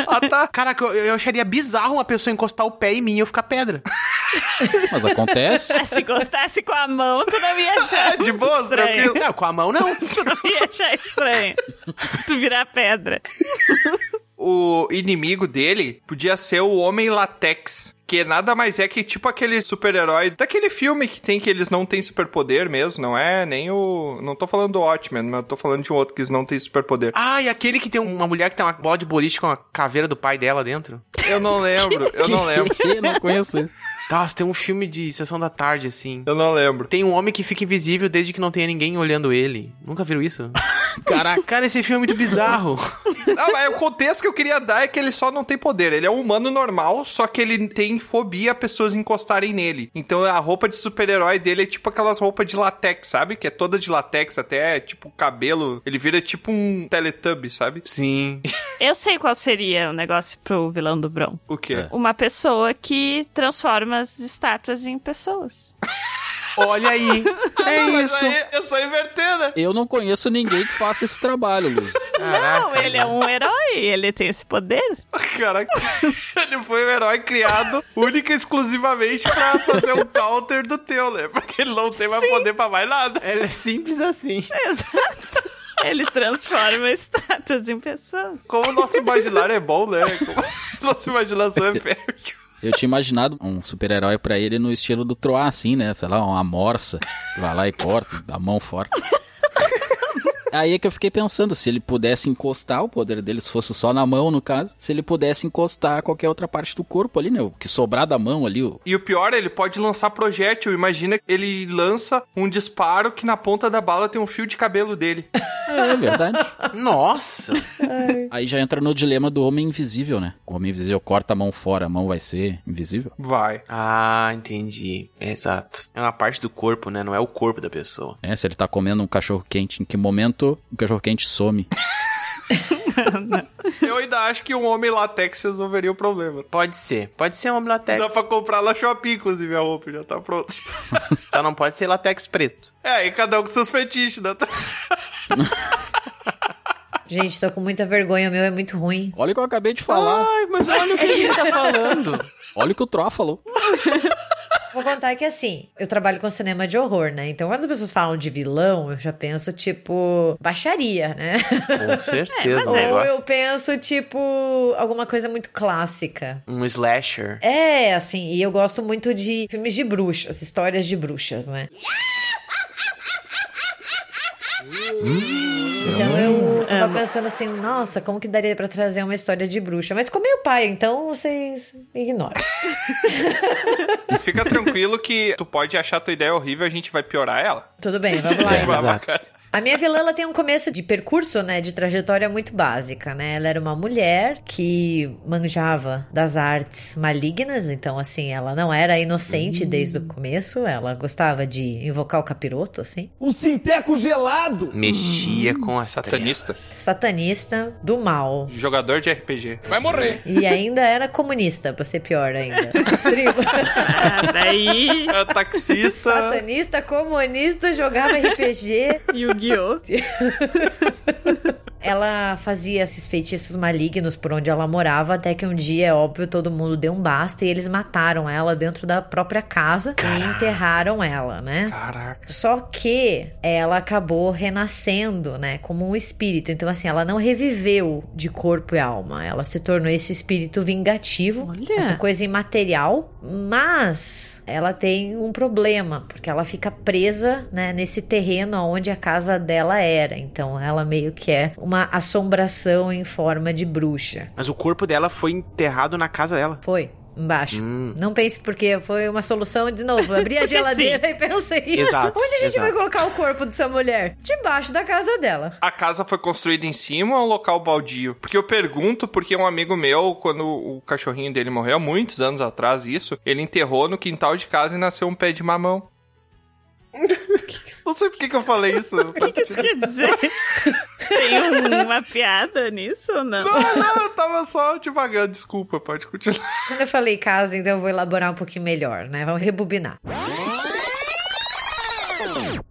Speaker 4: Ah, tá.
Speaker 2: Caraca, eu, eu acharia bizarro uma pessoa encostar o pé em mim e eu ficar pedra.
Speaker 3: Mas acontece.
Speaker 1: Ah, Se gostasse com a mão, tu não ia achar.
Speaker 4: De boas,
Speaker 1: estranho.
Speaker 4: tranquilo.
Speaker 2: Não, com a mão não.
Speaker 1: Tu não ia achar estranho. tu virar pedra.
Speaker 4: O inimigo dele podia ser o Homem Latex. Que nada mais é que tipo aquele super-herói daquele filme que tem que eles não têm superpoder mesmo, não é? Nem o. Não tô falando do Watchmen, mas eu tô falando de um outro que eles não têm superpoder.
Speaker 2: Ah, e aquele que tem uma mulher que tem uma bola de boliche com a caveira do pai dela dentro.
Speaker 4: Eu não lembro, eu não lembro,
Speaker 3: Eu não conheço isso.
Speaker 2: Nossa, tem um filme de sessão da tarde, assim.
Speaker 4: eu não lembro.
Speaker 2: Tem um homem que fica invisível desde que não tenha ninguém olhando ele. Nunca viram isso? Caraca, cara, esse filme é muito bizarro.
Speaker 4: Ah, mas o contexto que eu queria dar é que ele só não tem poder. Ele é um humano normal, só que ele tem fobia a pessoas encostarem nele. Então a roupa de super-herói dele é tipo aquelas roupas de latex, sabe? Que é toda de latex, até tipo cabelo. Ele vira tipo um Teletubby, sabe?
Speaker 2: Sim.
Speaker 1: Eu sei qual seria o negócio pro vilão do Bron.
Speaker 4: O quê?
Speaker 3: É.
Speaker 1: Uma pessoa que transforma as estátuas em pessoas.
Speaker 2: Olha aí. É isso.
Speaker 4: eu sou invertendo. né?
Speaker 3: Eu não conheço ninguém que faça esse trabalho, Luz.
Speaker 1: não, ele
Speaker 4: né?
Speaker 1: é um herói, ele tem esse poder.
Speaker 4: Caraca, ele foi um herói criado única e exclusivamente pra fazer um counter do teu, né? Porque ele não tem mais
Speaker 1: Sim.
Speaker 4: poder pra mais nada.
Speaker 2: Ela é simples assim.
Speaker 1: Exato. Ele transforma estátuas em pessoas.
Speaker 4: Como o nosso imaginário é bom, né? Como nossa imaginação é fértil.
Speaker 3: Eu tinha imaginado um super-herói pra ele no estilo do Troar, assim, né? Sei lá, uma morsa. Vai lá e corta, dá a mão fora. Aí é que eu fiquei pensando, se ele pudesse encostar, o poder dele se fosse só na mão, no caso, se ele pudesse encostar qualquer outra parte do corpo ali, né? O que sobrar da mão ali, o...
Speaker 4: E o pior, ele pode lançar projétil. Imagina que ele lança um disparo que na ponta da bala tem um fio de cabelo dele.
Speaker 3: É, é verdade.
Speaker 2: Nossa.
Speaker 3: Aí já entra no dilema do homem invisível, né? O homem invisível corta a mão fora, a mão vai ser invisível.
Speaker 4: Vai.
Speaker 2: Ah, entendi. Exato. É uma parte do corpo, né? Não é o corpo da pessoa.
Speaker 3: É, se ele tá comendo um cachorro quente, em que momento o cachorro quente some?
Speaker 4: Eu ainda acho que um homem latex resolveria o problema.
Speaker 2: Pode ser. Pode ser um homem latex.
Speaker 4: Dá pra comprar lá shopping, inclusive, a roupa já tá pronta.
Speaker 2: Só não pode ser latex preto.
Speaker 4: É, e cada um com seus fetiches, né?
Speaker 6: Gente, tô com muita vergonha, o meu é muito ruim.
Speaker 3: Olha o que eu acabei de falar.
Speaker 2: Ai, mas olha o que a gente tá falando.
Speaker 3: Olha o que o Troá falou.
Speaker 6: Vou contar que assim, eu trabalho com cinema de horror, né? Então quando as pessoas falam de vilão, eu já penso tipo baixaria, né?
Speaker 2: Com certeza.
Speaker 1: mas
Speaker 2: um,
Speaker 1: é,
Speaker 6: Ou
Speaker 2: negócio.
Speaker 6: eu penso tipo alguma coisa muito clássica.
Speaker 2: um slasher.
Speaker 6: É, assim, e eu gosto muito de filmes de bruxas, histórias de bruxas, né? Então eu tava pensando assim, nossa, como que daria pra trazer uma história de bruxa? Mas como é o pai, então vocês ignoram.
Speaker 4: Fica tranquilo que tu pode achar tua ideia horrível, a gente vai piorar ela.
Speaker 6: Tudo bem, vamos
Speaker 4: É.
Speaker 6: lá. então.
Speaker 2: Exato.
Speaker 6: A minha vilã ela tem um começo de percurso, né, de trajetória muito básica, né? Ela era uma mulher que manjava das artes malignas, então assim, ela não era inocente desde o começo, ela gostava de invocar o capiroto, assim.
Speaker 8: Um sinteco gelado!
Speaker 2: Mexia com as trevas.
Speaker 4: Satanistas.
Speaker 6: Satanista do mal.
Speaker 4: Jogador de RPG.
Speaker 5: Vai morrer.
Speaker 6: E ainda era comunista, pra ser pior ainda. Tribo.
Speaker 1: Ah, daí,
Speaker 4: Era taxista.
Speaker 6: Satanista, comunista, jogava RPG.
Speaker 1: Yu-Gi-Oh!
Speaker 6: Ela fazia esses feitiços malignos por onde ela morava, até que um dia, é óbvio, todo mundo deu um basta e eles mataram ela dentro da própria casa e enterraram ela, né?
Speaker 4: Caraca.
Speaker 6: Só que ela acabou renascendo, né, como um espírito. Então, assim, ela não reviveu de corpo e alma. Ela se tornou esse espírito vingativo,
Speaker 1: Olha.
Speaker 6: essa coisa imaterial. Mas ela tem um problema, porque ela fica presa, né, nesse terreno onde a casa dela era. Então, ela meio que é uma assombração em forma de bruxa.
Speaker 2: Mas o corpo dela foi enterrado na casa dela.
Speaker 6: Foi. Embaixo.
Speaker 2: Hum.
Speaker 6: Não pense porque foi uma solução de novo. Eu Abri a
Speaker 1: Porque
Speaker 6: geladeira e pensei:
Speaker 2: Exato,
Speaker 6: onde a gente vai
Speaker 2: exato.
Speaker 6: colocar o corpo dessa mulher? Debaixo da casa dela.
Speaker 4: A casa foi construída em cima ou um local baldio? Porque eu pergunto, porque um amigo meu, quando o cachorrinho dele morreu, muitos anos atrás, isso, ele enterrou no quintal de casa e nasceu um pé de mamão. Não sei por que, que eu falei isso.
Speaker 1: O que isso quer dizer? Tem um- uma piada nisso ou não?
Speaker 4: Não, não, "Ah, eu tava só devagando, desculpa, pode continuar.
Speaker 6: Quando eu falei casa, então eu vou elaborar um pouquinho melhor, né? Vamos rebobinar.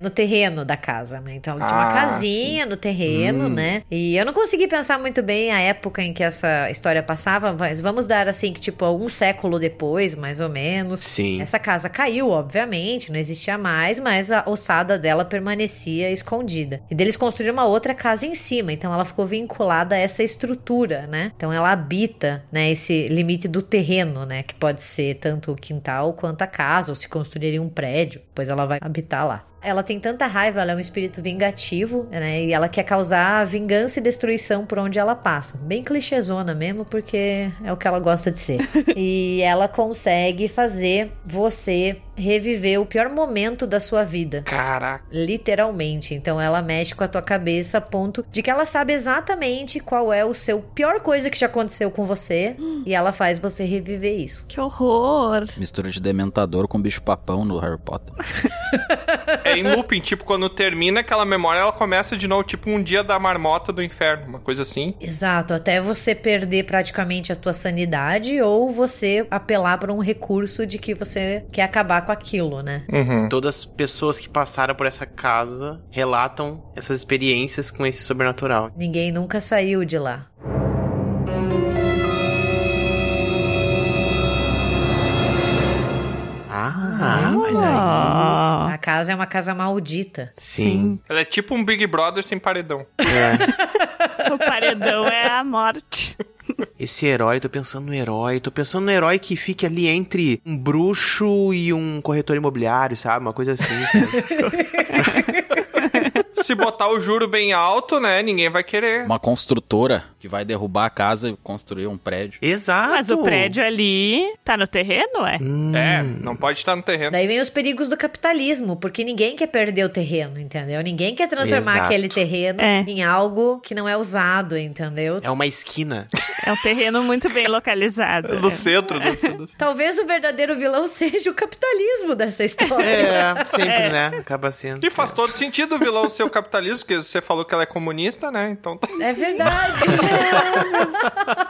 Speaker 6: No terreno da casa, né? Então ele tinha uma
Speaker 4: Ah,
Speaker 6: casinha no terreno, né? E eu não consegui pensar muito bem a época em que essa história passava, mas vamos dar assim, que tipo, um século depois, mais ou menos.
Speaker 2: Sim.
Speaker 6: Essa casa caiu, obviamente, não existia mais, mas a ossada dela permanecia escondida. E deles construíram uma outra casa em cima, então ela ficou vinculada a essa estrutura, né? Então ela habita, né, esse limite do terreno, né, que pode ser tanto o quintal quanto a casa, ou se construiria um prédio, pois ela vai habitar lá. Ela tem tanta raiva, ela é um espírito vingativo, né? E ela quer causar vingança e destruição por onde ela passa. Bem clichêzona mesmo, porque é o que ela gosta de ser. e ela consegue fazer você reviver o pior momento da sua vida.
Speaker 4: Caraca.
Speaker 6: Literalmente. Então ela mexe com a tua cabeça a ponto de que ela sabe exatamente qual é o seu pior coisa que já aconteceu com você. e ela faz você reviver isso.
Speaker 1: Que horror!
Speaker 3: Mistura de dementador com bicho papão no Harry Potter.
Speaker 4: É em looping, tipo, quando termina aquela memória, ela começa de novo, tipo um dia da marmota do inferno, uma coisa assim.
Speaker 6: Exato, até você perder praticamente a tua sanidade ou você apelar para um recurso de que você quer acabar com aquilo, né?
Speaker 4: Uhum.
Speaker 2: Todas as pessoas que passaram por essa casa relatam essas experiências com esse sobrenatural.
Speaker 6: Ninguém nunca saiu de lá.
Speaker 2: Ah, mas aí.
Speaker 1: Ah,
Speaker 6: A casa é uma casa maldita.
Speaker 2: Sim.
Speaker 4: Ela é tipo um Big Brother sem paredão.
Speaker 2: É.
Speaker 1: o paredão é a morte.
Speaker 2: Esse herói, tô pensando no herói. Tô pensando no herói que fique ali entre um bruxo e um corretor imobiliário, sabe? Uma coisa assim. sabe?
Speaker 4: Se botar o juro bem alto, né, ninguém vai querer.
Speaker 3: Uma construtora que vai derrubar a casa e construir um prédio.
Speaker 2: Exato.
Speaker 1: Mas o prédio ali tá no terreno, é?
Speaker 2: Hum.
Speaker 4: É, não pode estar no terreno.
Speaker 6: Daí vem os perigos do capitalismo, porque ninguém quer perder o terreno, entendeu? Ninguém quer transformar
Speaker 2: Exato.
Speaker 6: aquele terreno
Speaker 1: É.
Speaker 6: em algo que não é usado, entendeu?
Speaker 2: É uma esquina.
Speaker 1: É um terreno muito bem localizado.
Speaker 4: No
Speaker 1: né?
Speaker 4: centro, no centro.
Speaker 2: um-
Speaker 6: Talvez o verdadeiro vilão seja o capitalismo dessa história.
Speaker 2: É, sempre, né? Acaba sendo.
Speaker 4: E faz todo sentido o vilão ser o capitalismo, porque você falou que ela é comunista, né? Então tá,
Speaker 6: É verdade.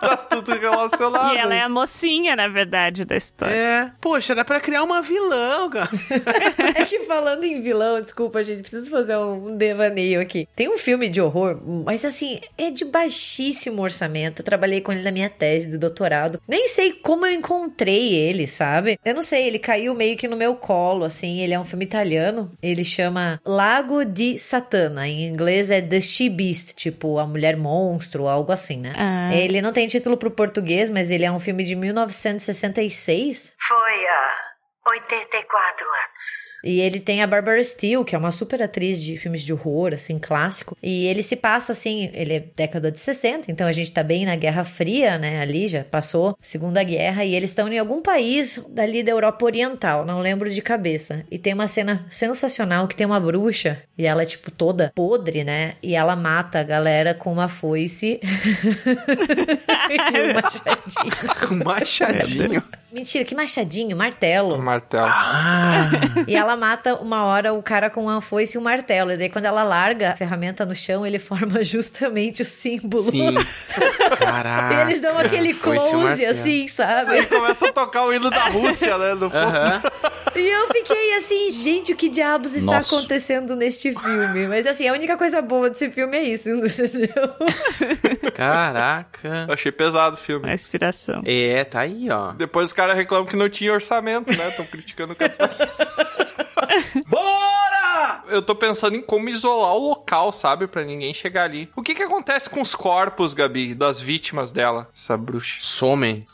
Speaker 4: tá tudo relacionado.
Speaker 1: E ela é a mocinha, na verdade, da história.
Speaker 2: É. Poxa, era pra criar uma vilã, cara.
Speaker 6: É que falando em vilão, desculpa, gente, preciso fazer um devaneio aqui. Tem um filme de horror, mas assim, é de baixíssimo orçamento. Eu trabalhei com ele na minha tese de doutorado. Nem sei como eu encontrei ele, sabe? Eu não sei, ele caiu meio que no meu colo, assim. Ele é um filme italiano. Ele chama Lago di Satana. Em inglês é The She Beast, tipo a mulher monstro, algo assim, né?
Speaker 1: Ah.
Speaker 6: Ele não tem título pro português, mas ele é um filme de 1966.
Speaker 10: Foi há 84 anos.
Speaker 6: E ele tem a Barbara Steele, que é uma super atriz de filmes de horror, assim, clássico. E ele se passa, assim, ele é década de 60, então a gente tá bem na Guerra Fria, né? Ali já passou Segunda Guerra, e eles estão em algum país dali da Europa Oriental, não lembro de cabeça. E tem uma cena sensacional que tem uma bruxa, e ela é, tipo, toda podre, né? E ela mata a galera com uma foice e um machadinho.
Speaker 2: Um machadinho.
Speaker 6: Mentira, que machadinho, martelo.
Speaker 4: O martelo.
Speaker 2: Ah,
Speaker 6: E ela mata uma hora o cara com uma foice e um martelo. E daí, quando ela larga a ferramenta no chão, ele forma justamente o símbolo.
Speaker 2: sim.
Speaker 6: E
Speaker 2: Caraca.
Speaker 6: eles dão aquele
Speaker 2: Foi esse
Speaker 6: close,
Speaker 2: martelo.
Speaker 6: assim,
Speaker 4: Aí
Speaker 6: sabe?
Speaker 4: começa a tocar o hino da Rússia, né? No fundo.
Speaker 2: Aham.
Speaker 6: E eu fiquei assim, gente, o que diabos está
Speaker 3: Nossa.
Speaker 6: acontecendo neste filme? Mas assim, a única coisa boa desse filme é isso, entendeu?
Speaker 2: Caraca.
Speaker 4: Eu achei pesado o filme.
Speaker 1: A inspiração.
Speaker 2: É, tá aí, ó.
Speaker 4: Depois os caras reclamam que não tinha orçamento, né? Estão criticando o capitalismo. Bora! Eu tô pensando em como isolar o local, sabe? Pra ninguém chegar ali. O que que acontece com os corpos, Gabi, das vítimas dela? Essa bruxa.
Speaker 2: Somem.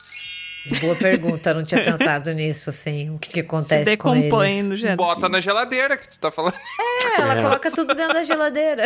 Speaker 6: boa pergunta, não tinha pensado nisso, assim. O que, que
Speaker 1: Se
Speaker 6: acontece com
Speaker 1: decompõe né?
Speaker 6: eles?
Speaker 1: no geral.
Speaker 4: Bota na geladeira que tu tá falando.
Speaker 6: É, ela coloca tudo dentro da geladeira.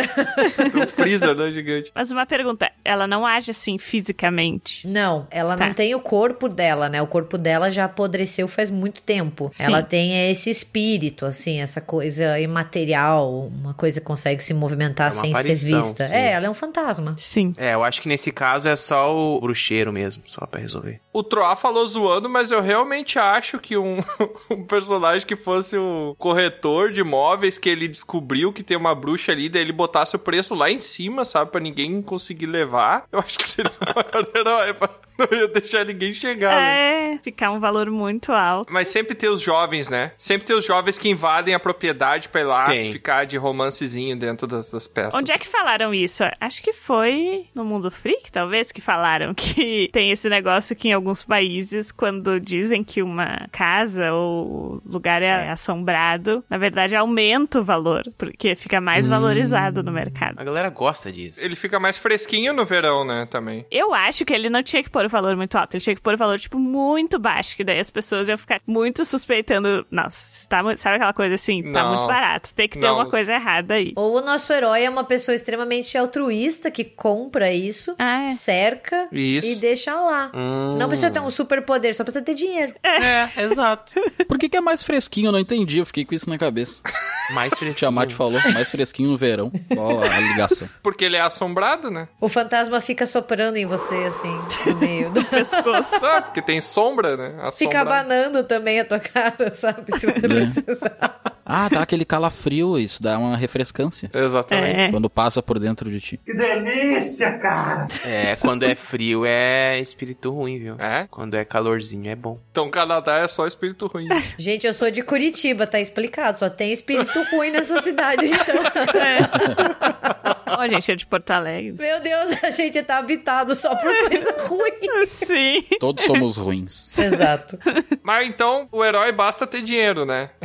Speaker 4: No freezer, né, gigante?
Speaker 1: Mas uma pergunta, ela não age assim fisicamente?
Speaker 6: Não, ela
Speaker 1: Tá.
Speaker 6: não tem o corpo dela, né? O corpo dela já apodreceu faz muito tempo.
Speaker 1: Sim.
Speaker 6: Ela tem esse espírito, assim, essa coisa imaterial, uma coisa que consegue se movimentar
Speaker 2: É uma
Speaker 6: sem ser
Speaker 2: aparição,
Speaker 6: vista.
Speaker 2: sim.
Speaker 6: É, ela é um fantasma.
Speaker 1: Sim.
Speaker 2: É, eu acho que nesse caso é só o bruxeiro mesmo, só pra resolver.
Speaker 4: O Troá falou zoando, mas eu realmente acho que um, um personagem que fosse o corretor de imóveis, que ele descobriu que tem uma bruxa ali, daí ele botasse o preço lá em cima, sabe? Pra ninguém conseguir levar. Eu acho que seria o maior herói. pra- Não ia deixar ninguém chegar, né?
Speaker 1: É, ficar um valor muito alto.
Speaker 4: Mas sempre tem os jovens, né? Sempre tem os jovens que invadem a propriedade pra ir lá
Speaker 2: Tem.
Speaker 4: ficar de romancezinho dentro das, das peças.
Speaker 1: Onde é que falaram isso? Acho que foi no Mundo Freak, talvez, que falaram que tem esse negócio que em alguns países, quando dizem que uma casa ou lugar é assombrado, na verdade aumenta o valor, porque fica
Speaker 4: Hum.
Speaker 1: mais valorizado no mercado.
Speaker 2: A galera gosta disso.
Speaker 4: Ele fica mais fresquinho no verão, né? Também.
Speaker 1: Eu acho que ele não tinha que pôr o valor muito alto, ele tinha que pôr o valor, tipo, muito baixo, que daí as pessoas iam ficar muito suspeitando. Nossa, tá, mu- sabe aquela coisa assim? Tá
Speaker 4: Não.
Speaker 1: muito barato, tem que ter
Speaker 4: Não.
Speaker 1: alguma coisa errada aí.
Speaker 6: Ou o nosso herói é uma pessoa extremamente altruísta que compra isso,
Speaker 1: Ah, é.
Speaker 6: cerca
Speaker 4: Isso.
Speaker 6: e deixa lá.
Speaker 2: Hum.
Speaker 6: Não precisa ter um superpoder, só precisa ter dinheiro.
Speaker 2: É, exato.
Speaker 3: Por que, que é mais fresquinho? Eu não entendi, eu fiquei com isso na cabeça.
Speaker 2: Mais
Speaker 3: O
Speaker 2: fresquinho.
Speaker 3: Tiamat falou, mais fresquinho no verão. Qual a ligação?
Speaker 4: Porque ele é assombrado, né?
Speaker 6: O fantasma fica soprando em você, assim, no meio. do-
Speaker 1: pescoço.
Speaker 4: Ah, porque tem sombra, né? Assombrado.
Speaker 6: Fica abanando também a tua cara, sabe? Se você
Speaker 3: É.
Speaker 6: precisar.
Speaker 3: Ah, dá aquele calafrio, isso dá uma refrescância.
Speaker 4: Exatamente.
Speaker 1: É.
Speaker 3: Quando passa por dentro de ti.
Speaker 2: É, quando é frio é espírito ruim, viu?
Speaker 4: É.
Speaker 2: Quando é calorzinho é bom.
Speaker 4: Então Canadá é só espírito ruim.
Speaker 6: Gente, eu sou de Curitiba, tá explicado. Só tem espírito ruim nessa cidade, então.
Speaker 1: Ó, gente, é de Porto Alegre.
Speaker 6: Meu Deus, a gente tá habitado só por coisa ruim.
Speaker 1: Sim.
Speaker 3: Todos somos ruins.
Speaker 6: Exato.
Speaker 4: Mas então, o herói basta ter dinheiro, né?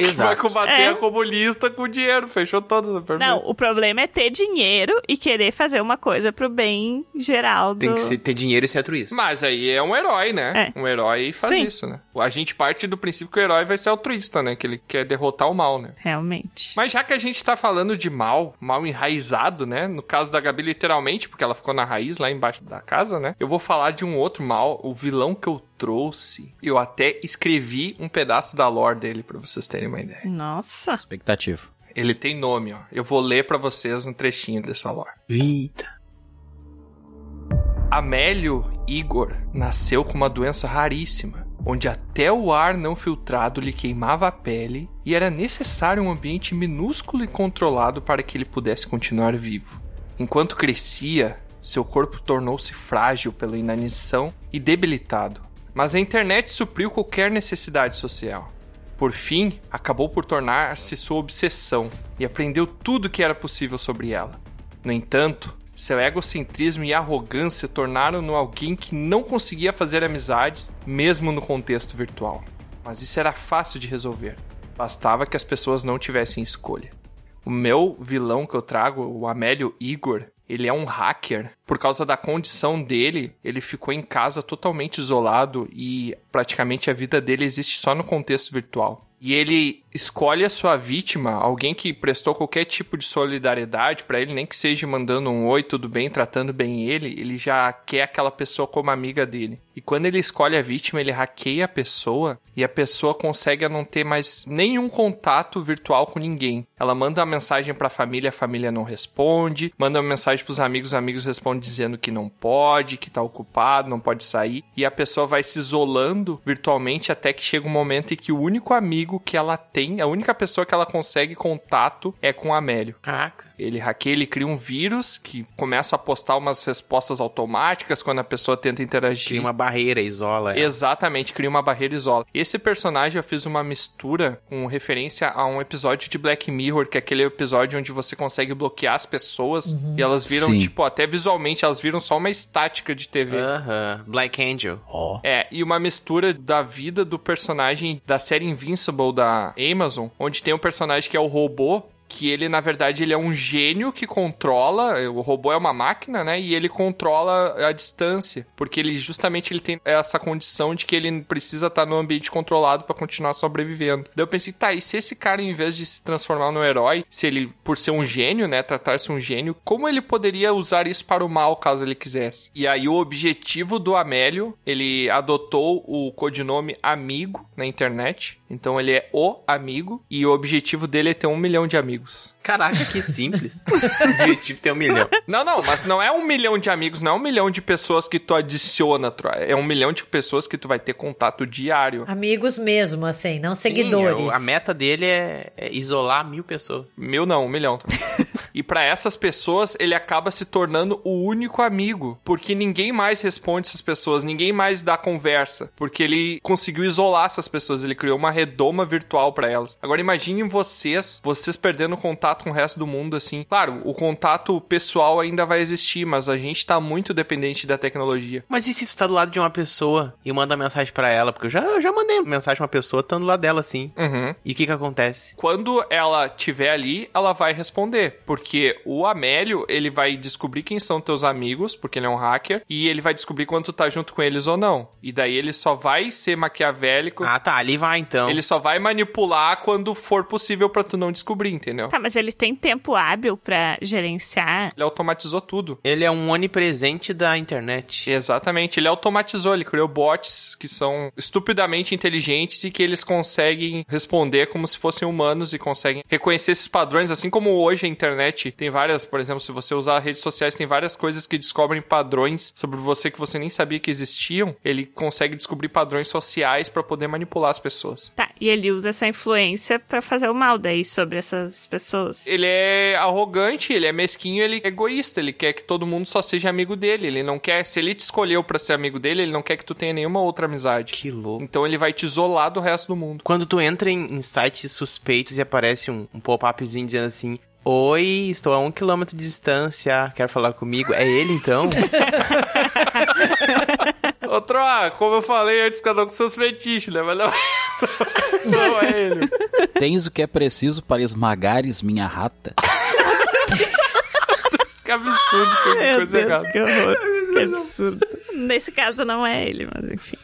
Speaker 4: Vai
Speaker 2: Exato.
Speaker 4: combater
Speaker 1: É.
Speaker 4: a comunista com dinheiro. Fechou todas, né? perfeito.
Speaker 1: Não, o problema é ter dinheiro e querer fazer uma coisa pro bem geral do...
Speaker 2: Tem que ser- ter dinheiro e ser altruísta.
Speaker 4: Mas aí é um herói, né?
Speaker 1: É.
Speaker 4: Um herói faz
Speaker 1: Sim.
Speaker 4: isso, né? A gente parte do princípio que o herói vai ser altruísta, né? Que ele quer derrotar o mal, né?
Speaker 1: Realmente.
Speaker 4: Mas já que a gente tá falando de mal, mal enraizado, né? No caso da Gabi, literalmente, porque ela ficou na raiz lá embaixo da casa, né? Eu vou falar de um outro mal, o vilão que eu trouxe. Eu até escrevi um pedaço da lore dele pra vocês terem uma ideia.
Speaker 1: Nossa.
Speaker 3: Expectativa.
Speaker 4: Ele tem nome, ó. Eu vou ler pra vocês um trechinho dessa lore.
Speaker 2: Eita.
Speaker 4: Amélio Igor nasceu com uma doença raríssima, onde até o ar não filtrado lhe queimava a pele e era necessário um ambiente minúsculo e controlado para que ele pudesse continuar vivo. Enquanto crescia, seu corpo tornou-se frágil pela inanição e debilitado, mas a internet supriu qualquer necessidade social. Por fim, acabou por tornar-se sua obsessão e aprendeu tudo que era possível sobre ela. No entanto, seu egocentrismo e arrogância tornaram-no alguém que não conseguia fazer amizades, mesmo no contexto virtual. Mas isso era fácil de resolver. Bastava que as pessoas não tivessem escolha. O meu vilão que eu trago, o Amélio Igor, ele é um hacker. Por causa da condição dele, ele ficou em casa totalmente isolado e praticamente a vida dele existe só no contexto virtual. E ele escolhe a sua vítima, alguém que prestou qualquer tipo de solidariedade pra ele, nem que seja mandando um oi, tudo bem, tratando bem ele, ele já quer aquela pessoa como amiga dele. E quando ele escolhe a vítima, ele hackeia a pessoa e a pessoa consegue não ter mais nenhum contato virtual com ninguém. Ela manda uma mensagem pra família, a família não responde, manda uma mensagem pros amigos, os amigos respondem dizendo que não pode, que tá ocupado, não pode sair, e a pessoa vai se isolando virtualmente até que chega um momento em que o único amigo que ela tem, a única pessoa que ela consegue contato é com o Amélio.
Speaker 2: Caraca.
Speaker 4: Ele hackeia, ele cria um vírus que começa a postar umas respostas automáticas quando a pessoa tenta interagir.
Speaker 2: Cria uma barreira, isola. ela.
Speaker 4: Exatamente, cria uma barreira e isola. Esse personagem eu fiz uma mistura com referência a um episódio de Black Mirror, que é aquele episódio onde você consegue bloquear as pessoas e elas viram,
Speaker 3: Sim.
Speaker 4: tipo, até visualmente, elas viram só uma estática de
Speaker 2: Ah,
Speaker 4: TV.
Speaker 2: Aham. Black Angel.
Speaker 3: Ó.
Speaker 4: É, e uma mistura da vida do personagem da série Invincible da Amazon, onde tem um personagem que é o robô, que ele, na verdade, ele é um gênio que controla, o robô é uma máquina, né, e ele controla a distância, porque ele justamente ele tem essa condição de que ele precisa estar no ambiente controlado pra continuar sobrevivendo. Daí eu pensei, tá, e se esse cara, em vez de se transformar no herói, se ele, por ser um gênio, né, tratar-se um gênio, como ele poderia usar isso para o mal, caso ele quisesse? E aí o objetivo do Amélio, ele adotou o codinome Amigo na internet, então ele é o Amigo, e o objetivo dele é ter um milhão de amigos. amigos.
Speaker 2: Caraca, que simples. O objetivo tem um milhão.
Speaker 4: Não, não, mas não é um milhão de amigos, não é um milhão de pessoas que tu adiciona, Troia. É um milhão de pessoas que tu vai ter contato diário.
Speaker 6: Amigos mesmo, assim, não
Speaker 2: Sim,
Speaker 6: seguidores.
Speaker 2: eu- a meta dele é, é isolar mil pessoas.
Speaker 4: Mil não, um milhão. e pra essas pessoas, ele acaba se tornando o único amigo. Porque ninguém mais responde essas pessoas, ninguém mais dá conversa. Porque ele conseguiu isolar essas pessoas, ele criou uma redoma virtual pra elas. Agora imaginem vocês, vocês perdendo contato com o resto do mundo, assim. Claro, o contato pessoal ainda vai existir, mas a gente tá muito dependente da tecnologia.
Speaker 2: Mas e se tu tá do lado de uma pessoa e manda mensagem pra ela? Porque eu já, eu já mandei mensagem pra uma pessoa estando do lado dela assim.
Speaker 4: Uhum.
Speaker 2: E o que que acontece?
Speaker 4: Quando ela tiver ali, ela vai responder, porque o Amélio, ele vai descobrir quem são teus amigos, porque ele é um hacker, e ele vai descobrir quando tu tá junto com eles ou não. E daí ele só vai ser maquiavélico,
Speaker 2: Ah, tá, ali vai então.
Speaker 4: ele só vai manipular quando for possível pra tu não descobrir, entendeu?
Speaker 1: Tá, mas ele tem tempo hábil pra gerenciar.
Speaker 4: Ele automatizou tudo.
Speaker 2: Ele é um onipresente da internet.
Speaker 4: Exatamente, ele automatizou, ele criou bots que são estupidamente inteligentes e que eles conseguem responder como se fossem humanos e conseguem reconhecer esses padrões, assim como hoje a internet tem várias, por exemplo, se você usar redes sociais, tem várias coisas que descobrem padrões sobre você que você nem sabia que existiam. Ele consegue descobrir padrões sociais pra poder manipular as pessoas.
Speaker 1: Tá, e ele usa essa influência pra fazer o mal daí sobre essas pessoas.
Speaker 4: Ele é arrogante, ele é mesquinho, ele é egoísta, ele quer que todo mundo só seja amigo dele, ele não quer, se ele te escolheu pra ser amigo dele, ele não quer que tu tenha nenhuma outra amizade.
Speaker 2: Que louco.
Speaker 4: Então ele vai te isolar do resto do mundo.
Speaker 2: Quando tu entra em, em sites suspeitos e aparece um, um pop-upzinho dizendo assim: Oi, estou a um quilômetro de distância, quer falar comigo? É ele então?
Speaker 4: Outro, ah, como eu falei antes, cada um com seus fetiches, né? Mas não, não é ele.
Speaker 3: Tens o que é preciso para esmagares minha rata?
Speaker 4: Que absurdo, que
Speaker 1: Meu
Speaker 4: coisa
Speaker 1: Deus,
Speaker 4: errada.
Speaker 1: que horror. Que absurdo. Nesse caso não é ele, mas enfim.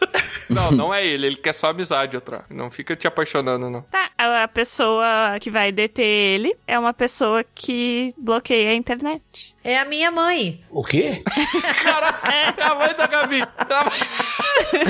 Speaker 4: Não, não é ele, ele quer só amizade, outro. Não fica te apaixonando, não.
Speaker 1: Tá, a a pessoa que vai deter ele é uma pessoa que bloqueia a internet.
Speaker 6: É a minha mãe.
Speaker 8: O quê?
Speaker 4: É a mãe da Gabi. Tá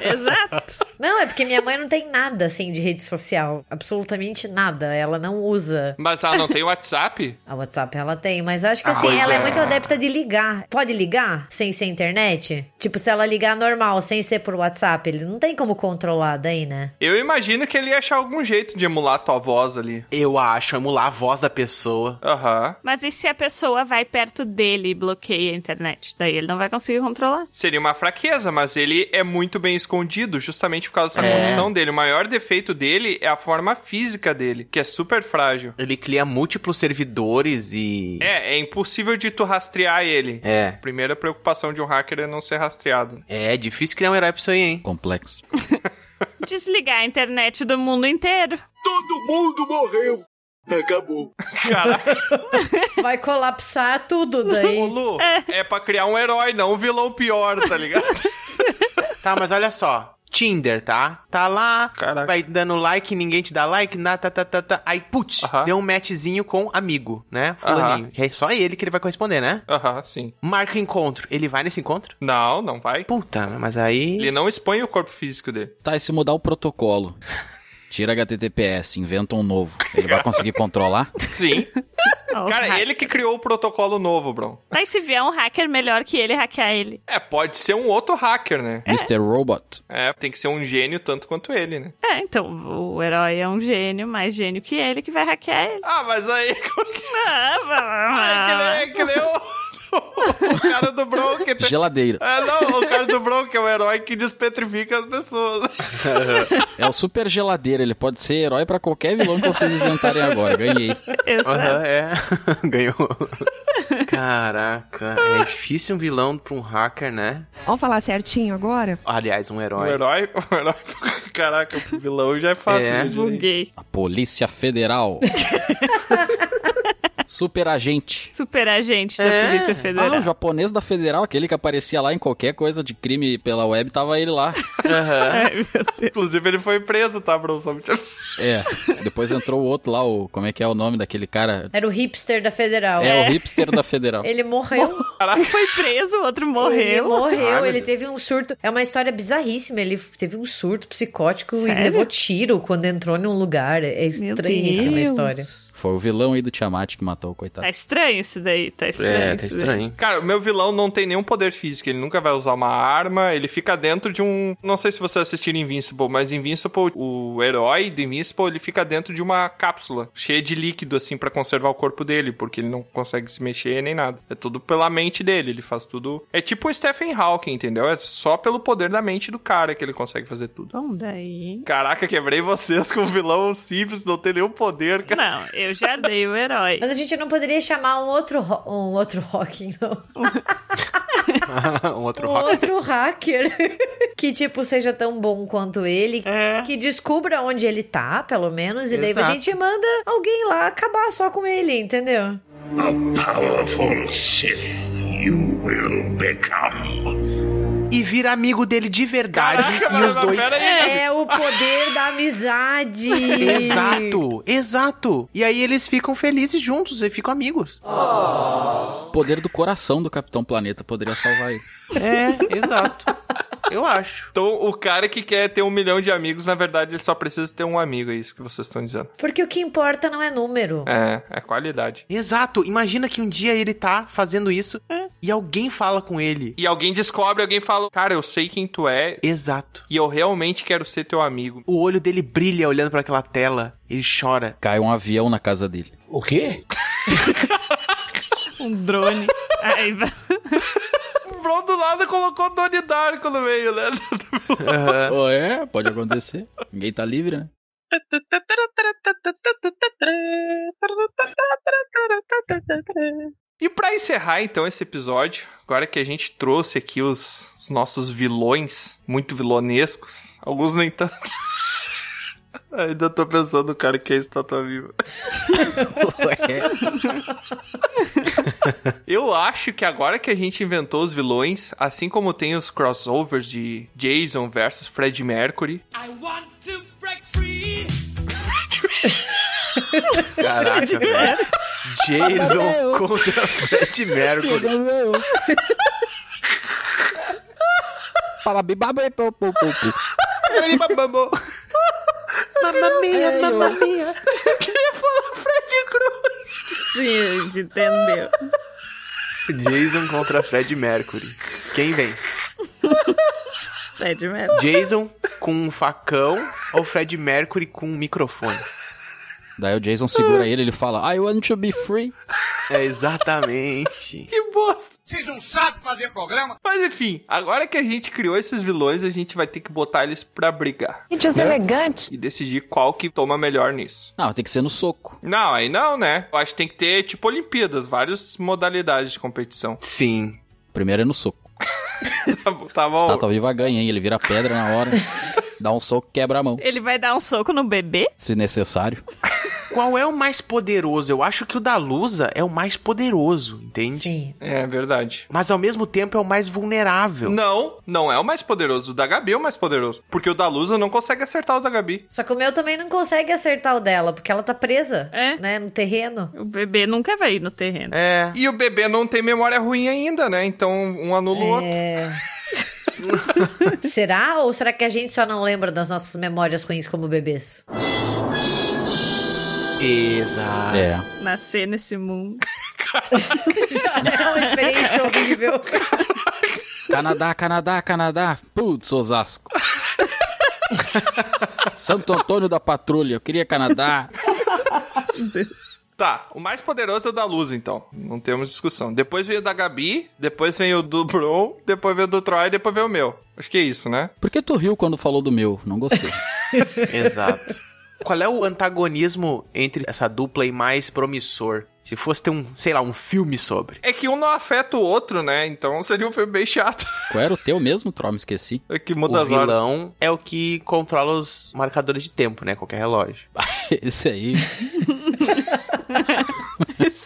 Speaker 1: Exato.
Speaker 6: Não, é porque minha mãe não tem nada, assim, de rede social. Absolutamente nada. Ela não usa.
Speaker 4: Mas ela não tem WhatsApp?
Speaker 6: A WhatsApp ela tem, mas acho que
Speaker 4: Ah,
Speaker 6: assim,
Speaker 4: pois
Speaker 6: ela é.
Speaker 4: é.
Speaker 6: muito adepta de ligar. Pode ligar sem ser internet? Tipo, se ela ligar normal, sem ser por WhatsApp, ele não tem como controlar daí, né?
Speaker 4: Eu imagino que ele ia achar algum jeito de emular tua voz ali.
Speaker 2: Eu acho, emular a voz da pessoa.
Speaker 4: Aham.
Speaker 1: Mas e se a pessoa vai perto dele e bloqueia a internet? Daí ele não vai conseguir controlar.
Speaker 4: Seria uma fraqueza, mas ele é muito bem escondido, justamente por causa dessa
Speaker 2: É.
Speaker 4: condição dele. O maior defeito dele é a forma física dele, que é super frágil.
Speaker 2: Ele cria múltiplos servidores e.
Speaker 4: É, é impossível de tu rastrear ele.
Speaker 2: É.
Speaker 4: A primeira preocupação de um hacker é não ser rastreado.
Speaker 2: É, difícil criar um herói pra isso aí, hein?
Speaker 3: Complexo.
Speaker 1: Desligar a internet do mundo inteiro.
Speaker 5: Todo mundo morreu. Acabou.
Speaker 4: Cara,
Speaker 6: Vai colapsar tudo
Speaker 4: o
Speaker 6: daí.
Speaker 4: Lu é pra criar um herói, não um vilão pior, tá ligado?
Speaker 2: Tá, mas olha só. Tinder, tá? Tá lá,
Speaker 4: Caraca.
Speaker 2: vai dando like, ninguém te dá like, na, tá, tá, tá, tá. Aí, putz,
Speaker 4: Aham.
Speaker 2: deu um matchzinho com amigo, né? Fulaninho. Que É só ele que ele vai corresponder, né?
Speaker 4: Aham, sim.
Speaker 2: Marca encontro. Ele vai nesse encontro?
Speaker 4: Não, não vai.
Speaker 2: Puta, mas aí...
Speaker 4: Ele não expõe o corpo físico dele.
Speaker 3: Tá, e se mudar o protocolo? Tira HTTPS, inventa um novo. Ele vai conseguir controlar?
Speaker 4: Sim.
Speaker 1: Ó, o
Speaker 4: Cara,
Speaker 1: hack-
Speaker 4: ele que criou o protocolo novo, bro.
Speaker 1: Daí se vier um hacker melhor que ele, hackear ele.
Speaker 4: É, pode ser um outro hacker, né?
Speaker 3: Mr. Robot.
Speaker 4: É, tem que ser um gênio tanto quanto ele, né?
Speaker 1: É, então o herói é um gênio, mais gênio que ele, que vai hackear ele. Ah,
Speaker 4: Ah, mas aí. Ah, Ai, que nem, que nem o, o cara do Bronk. Tem...
Speaker 3: Geladeira.
Speaker 4: É, não, o cara do Bronk é o herói que despetrifica as pessoas.
Speaker 3: É o super geladeira. Ele pode ser herói pra qualquer vilão que vocês inventarem agora. Ganhei.
Speaker 1: Exato.
Speaker 2: Aham, é. Ganhou. Caraca, é difícil um vilão pra um hacker, né?
Speaker 11: Vamos falar certinho agora?
Speaker 2: Aliás, um
Speaker 4: O
Speaker 2: herói.
Speaker 4: herói, o herói. Caraca, o vilão já é fácil.
Speaker 2: É.
Speaker 4: né, gente?
Speaker 1: Buguei.
Speaker 3: A Polícia Federal. Superagente.
Speaker 1: Superagente da
Speaker 3: É.
Speaker 1: Polícia
Speaker 3: Ah,
Speaker 1: Federal.
Speaker 3: o japonês da Federal, aquele que aparecia lá em qualquer coisa de crime pela web, tava ele lá.
Speaker 4: Inclusive, ele foi preso, tá, bro? Só me-
Speaker 3: É. Depois entrou o outro lá, o como é que é o nome daquele cara?
Speaker 6: Era o hipster da Federal.
Speaker 3: É, o hipster da Federal.
Speaker 6: Ele morreu.
Speaker 1: Um foi preso, o outro morreu.
Speaker 6: Ele morreu,
Speaker 3: Ai, meu
Speaker 6: ele
Speaker 3: Deus.
Speaker 6: teve um surto. É uma história bizarríssima. Ele teve um surto psicótico
Speaker 1: Sério?
Speaker 6: e levou tiro quando entrou num lugar. É estranhíssima a
Speaker 1: Deus.
Speaker 6: história.
Speaker 3: Foi o vilão aí do Tiamat que matou o coitado.
Speaker 1: Tá estranho isso daí, tá estranho.
Speaker 2: É,
Speaker 1: isso daí.
Speaker 4: Cara, o meu vilão não tem nenhum poder físico, ele nunca vai usar uma arma, ele fica dentro de um... Não sei se você assistir Invincible, mas Invincible, o herói do Invincible, ele fica dentro de uma cápsula, cheia de líquido, assim, pra conservar o corpo dele, porque ele não consegue se mexer nem nada. É tudo pela mente dele, ele faz tudo... É tipo o Stephen Hawking, entendeu? É só pelo poder da mente do cara que ele consegue fazer tudo.
Speaker 1: Bom, daí.
Speaker 4: Caraca, quebrei vocês com um vilão simples, não tem nenhum poder, cara.
Speaker 1: Não, eu já dei o herói.
Speaker 6: Mas a gente não poderia chamar um outro, ro- um outro Hawking, não.
Speaker 2: um outro
Speaker 6: Um
Speaker 2: rock.
Speaker 6: outro hacker. que, tipo, seja tão bom quanto ele. Que descubra onde ele tá, pelo menos. E daí
Speaker 12: Exato.
Speaker 6: a gente manda alguém lá acabar só com ele, entendeu?
Speaker 12: A powerful Sith you will become.
Speaker 2: E vira amigo dele de verdade e os dois.
Speaker 6: É o poder da amizade.
Speaker 2: Exato, exato. E aí eles ficam felizes juntos e ficam amigos.
Speaker 3: O poder do coração do Capitão Planeta poderia salvar ele.
Speaker 2: É, exato. Eu acho.
Speaker 4: Então, o cara que quer ter um milhão de amigos, na verdade, ele só precisa ter um amigo, é isso que vocês estão dizendo.
Speaker 6: Porque o que importa não é número.
Speaker 4: É, é qualidade.
Speaker 2: Exato. Imagina que um dia ele tá fazendo isso
Speaker 4: É.
Speaker 2: e alguém fala com ele.
Speaker 4: E alguém descobre, alguém fala, cara, eu sei quem tu é
Speaker 2: Exato.
Speaker 4: e eu realmente quero ser teu amigo.
Speaker 2: O olho dele brilha olhando pra aquela tela. Ele chora.
Speaker 3: Cai um avião na casa dele.
Speaker 2: O quê?
Speaker 1: Um drone. Aí vai.
Speaker 4: O Bron do lado colocou Doni Darko no meio, né?
Speaker 3: Oh, é, pode acontecer. Ninguém tá livre, né?
Speaker 4: E pra encerrar então esse episódio, agora que a gente trouxe aqui os, os nossos vilões, muito vilonescos, alguns nem tanto. Ainda tô pensando no cara que é estátua viva. Eu acho que agora que a gente inventou os vilões, assim como tem os crossovers de Jason versus Fred Mercury,
Speaker 8: I want to break free.
Speaker 4: Caraca, velho.
Speaker 2: Jason contra Fred Mercury.
Speaker 8: Mamma mia, mamma
Speaker 2: mia.
Speaker 8: Eu queria falar Fred Cruz.
Speaker 1: Sim, de entendeu.
Speaker 2: Jason contra Fred Mercury. Quem vence?
Speaker 1: Fred Mercury.
Speaker 2: Jason com um facão ou Fred Mercury com um microfone?
Speaker 3: Daí o Jason segura ele ele fala, I want to be free.
Speaker 2: É, exatamente.
Speaker 4: Que bosta!
Speaker 5: Vocês não sabem fazer programa?
Speaker 4: Mas enfim, agora que a gente criou esses vilões, a gente vai ter que botar eles pra brigar.
Speaker 1: Gente, os elegantes.
Speaker 4: E decidir qual que toma melhor nisso.
Speaker 3: Não, tem que ser no soco.
Speaker 4: Não, aí não, né? Eu acho que tem que ter, tipo, Olimpíadas, várias modalidades de competição.
Speaker 2: Sim.
Speaker 3: Primeiro é no soco.
Speaker 4: Tá bom, tá bom.
Speaker 3: Estátua viva ganha, hein? Ele vira pedra na hora, dá um soco, quebra a mão,
Speaker 1: Ele vai dar um soco no bebê?
Speaker 3: se necessário.
Speaker 2: Qual é o mais poderoso? Eu acho que o da Lusa é o mais poderoso, entende?
Speaker 6: Sim.
Speaker 4: É verdade.
Speaker 2: Mas ao mesmo tempo é o mais vulnerável.
Speaker 4: Não, não é o mais poderoso. O da Gabi é o mais poderoso. Porque o da Lusa não consegue acertar o da Gabi.
Speaker 6: Só que o meu também não consegue acertar o dela, porque ela tá presa,
Speaker 1: É.
Speaker 6: né, no terreno.
Speaker 1: O bebê nunca vai ir no terreno.
Speaker 2: É.
Speaker 4: E o bebê não tem memória ruim ainda, né? Então um anula o outro.
Speaker 6: É. será? Ou será que a gente só não lembra das nossas memórias ruins como bebês?
Speaker 2: Exato.
Speaker 3: É.
Speaker 1: Nascer nesse mundo.
Speaker 6: é uma experiência horrível.
Speaker 3: Canadá, Canadá, Canadá. Putz, Osasco. Santo Antônio da Patrulha, eu queria Canadá.
Speaker 4: Tá, o mais poderoso é o da Luz, então. Não temos discussão. Depois veio o da Gabi, depois veio o do Bron, depois veio o do Troy, depois veio o meu. Acho que é isso, né?
Speaker 3: Por que tu riu quando falou do meu? Não gostei.
Speaker 2: Exato. Qual é o antagonismo entre essa dupla e mais promissor? Se fosse ter um, sei lá, um filme sobre.
Speaker 4: É que um não afeta o outro, né? Então seria um filme bem chato.
Speaker 3: Qual era o teu mesmo, Trom? Esqueci.
Speaker 4: É que muda
Speaker 2: o
Speaker 4: as horas.
Speaker 2: vilão é o que controla os marcadores de tempo, né? Qualquer relógio.
Speaker 3: Esse aí.
Speaker 1: Esse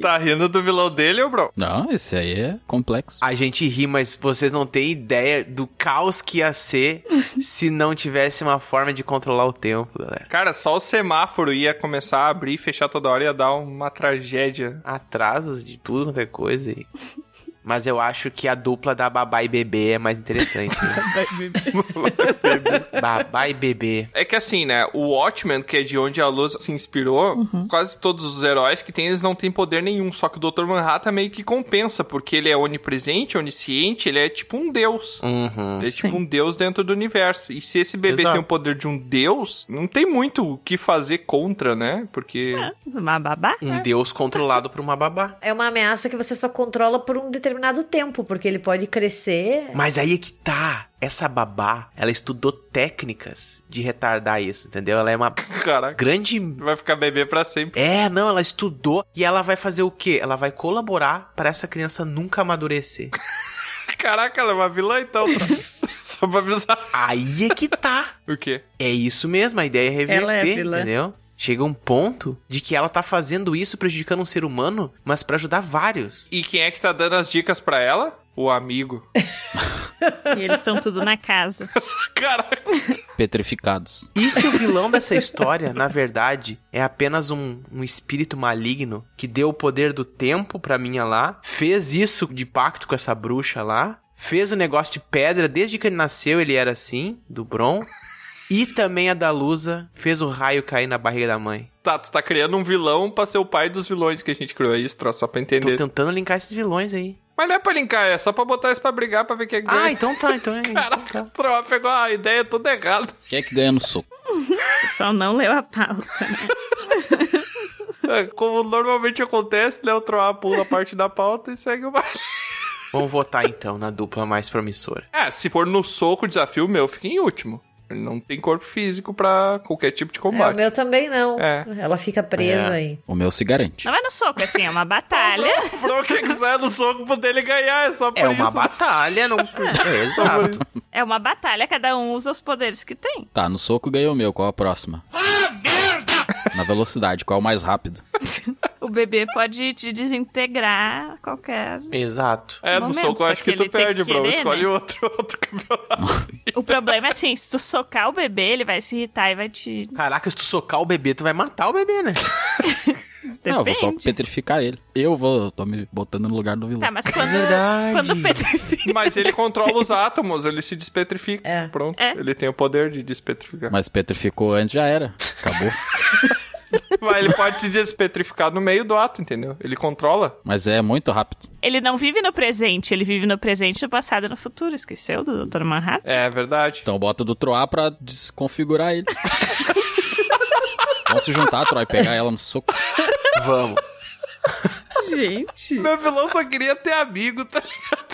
Speaker 4: Tá rindo do vilão dele, ô bro?
Speaker 3: Não, esse aí é complexo.
Speaker 2: A gente ri, mas vocês não têm ideia do caos que ia ser se não tivesse uma forma de controlar o tempo, galera.
Speaker 4: Cara, só o semáforo ia começar a abrir e fechar toda hora ia dar uma tragédia.
Speaker 2: Atrasos de tudo quanto é coisa. E... Mas eu acho que a dupla da babá e bebê é mais interessante. Né? babá e bebê.
Speaker 4: É que assim, né? O Watchmen, que é de onde a luz se inspirou, quase todos os heróis que tem, eles não têm poder nenhum. Só que o Dr. Manhattan meio que compensa, porque ele é onipresente, onisciente, ele é tipo um deus.
Speaker 2: Uhum.
Speaker 4: Ele é tipo um deus dentro do universo. E se esse bebê
Speaker 2: Exato.
Speaker 4: tem o poder de um deus, não tem muito o que fazer contra, né? Porque.
Speaker 1: Uma babá?
Speaker 3: Hum.
Speaker 2: Um deus controlado por uma babá.
Speaker 6: É uma ameaça que você só controla por um determinado tempo, porque ele pode crescer.
Speaker 2: Mas aí é que tá. Essa babá, ela estudou técnicas de retardar isso, entendeu? Ela é uma
Speaker 4: Caraca.
Speaker 2: grande
Speaker 4: Vai ficar bebê pra sempre.
Speaker 2: É, não, ela estudou e ela vai fazer o quê? Ela vai colaborar pra essa criança nunca amadurecer.
Speaker 4: Caraca, ela é uma vilã então. Só pra avisar.
Speaker 2: Aí é que tá.
Speaker 4: O quê?
Speaker 2: É isso mesmo, a ideia é reverter,
Speaker 13: Ela é vilã.
Speaker 2: entendeu? Chega um ponto de que ela tá fazendo isso prejudicando um ser humano, mas pra ajudar vários.
Speaker 4: E quem é que tá dando as dicas pra ela? O amigo.
Speaker 1: E eles estão tudo na casa.
Speaker 4: Caraca.
Speaker 3: Petrificados.
Speaker 2: E se o vilão dessa história, na verdade, é apenas um, um espírito maligno que deu o poder do tempo pra minha lá, fez isso de pacto com essa bruxa lá, fez o negócio de pedra, desde que ele nasceu ele era assim, do Bron, e também a da Lusa fez o raio cair na barriga da mãe.
Speaker 4: Tá, tu tá criando um vilão pra ser o pai dos vilões que a gente criou. É isso, troço, só pra
Speaker 2: Tô
Speaker 4: entender.
Speaker 2: tentando linkar esses vilões aí.
Speaker 4: Mas não é pra linkar, é só pra botar isso pra brigar, pra ver quem é que
Speaker 2: Ah,
Speaker 4: ganha.
Speaker 2: então tá, então é. então
Speaker 4: Caraca,
Speaker 2: tá.
Speaker 4: tropa, pegou a ideia toda errada.
Speaker 3: Quem é que ganha no soco?
Speaker 1: Só não leu a pauta.
Speaker 4: É, Como normalmente acontece, né? O Troá pula a parte da pauta e segue o baile.
Speaker 2: Vamos votar então na dupla mais promissora.
Speaker 4: É, se for no soco, o desafio meu fica em último. Ele não tem corpo físico pra qualquer tipo de
Speaker 6: É, o
Speaker 4: combate.
Speaker 6: meu também não.
Speaker 4: É.
Speaker 6: Ela fica presa
Speaker 2: É.
Speaker 6: aí.
Speaker 3: O meu se garante.
Speaker 1: Não é no soco, assim, é uma batalha.
Speaker 4: O Fro que quiser no soco pro dele ganhar, é só por
Speaker 2: É
Speaker 4: isso.
Speaker 2: uma batalha, não. É, exato.
Speaker 1: É uma batalha, cada um usa os poderes que tem.
Speaker 3: Tá, no soco ganhou o meu. Qual a próxima? Na velocidade, qual é o mais rápido?
Speaker 1: O bebê pode te desintegrar a qualquer.
Speaker 2: Exato.
Speaker 4: É, no
Speaker 1: Momento,
Speaker 4: soco eu
Speaker 1: só
Speaker 4: acho que,
Speaker 1: que
Speaker 4: tu
Speaker 1: ele tem que
Speaker 4: perde, bro.
Speaker 1: querer,
Speaker 4: Escolhe
Speaker 1: né?
Speaker 4: outro, outro campeonato.
Speaker 1: O problema é assim: se tu socar o bebê, ele vai se irritar e vai te.
Speaker 2: Caraca, se tu socar o bebê, tu vai matar o bebê, né?
Speaker 3: Não, eu vou só
Speaker 1: Depende.
Speaker 3: petrificar ele. Eu vou, tô me botando no lugar do vilão.
Speaker 1: Tá, mas quando,
Speaker 2: verdade.
Speaker 1: quando o petrifica.
Speaker 4: Mas ele controla os átomos, ele se despetrifica.
Speaker 6: É.
Speaker 4: Pronto.
Speaker 1: É.
Speaker 4: Ele tem o poder de despetrificar.
Speaker 3: Mas petrificou antes, já era. Acabou.
Speaker 4: Mas ele pode se despetrificar no meio do ato, entendeu? Ele controla.
Speaker 3: Mas é muito rápido.
Speaker 1: Ele não vive no presente, ele vive no presente, no passado e no futuro. Esqueceu do Dr. Manhattan?
Speaker 4: É verdade.
Speaker 3: Então bota do Troá pra desconfigurar ele. Vamos se juntar, Troá, e pegar ela no soco.
Speaker 2: Vamos.
Speaker 1: Gente.
Speaker 4: Meu vilão só queria ter amigo, tá ligado?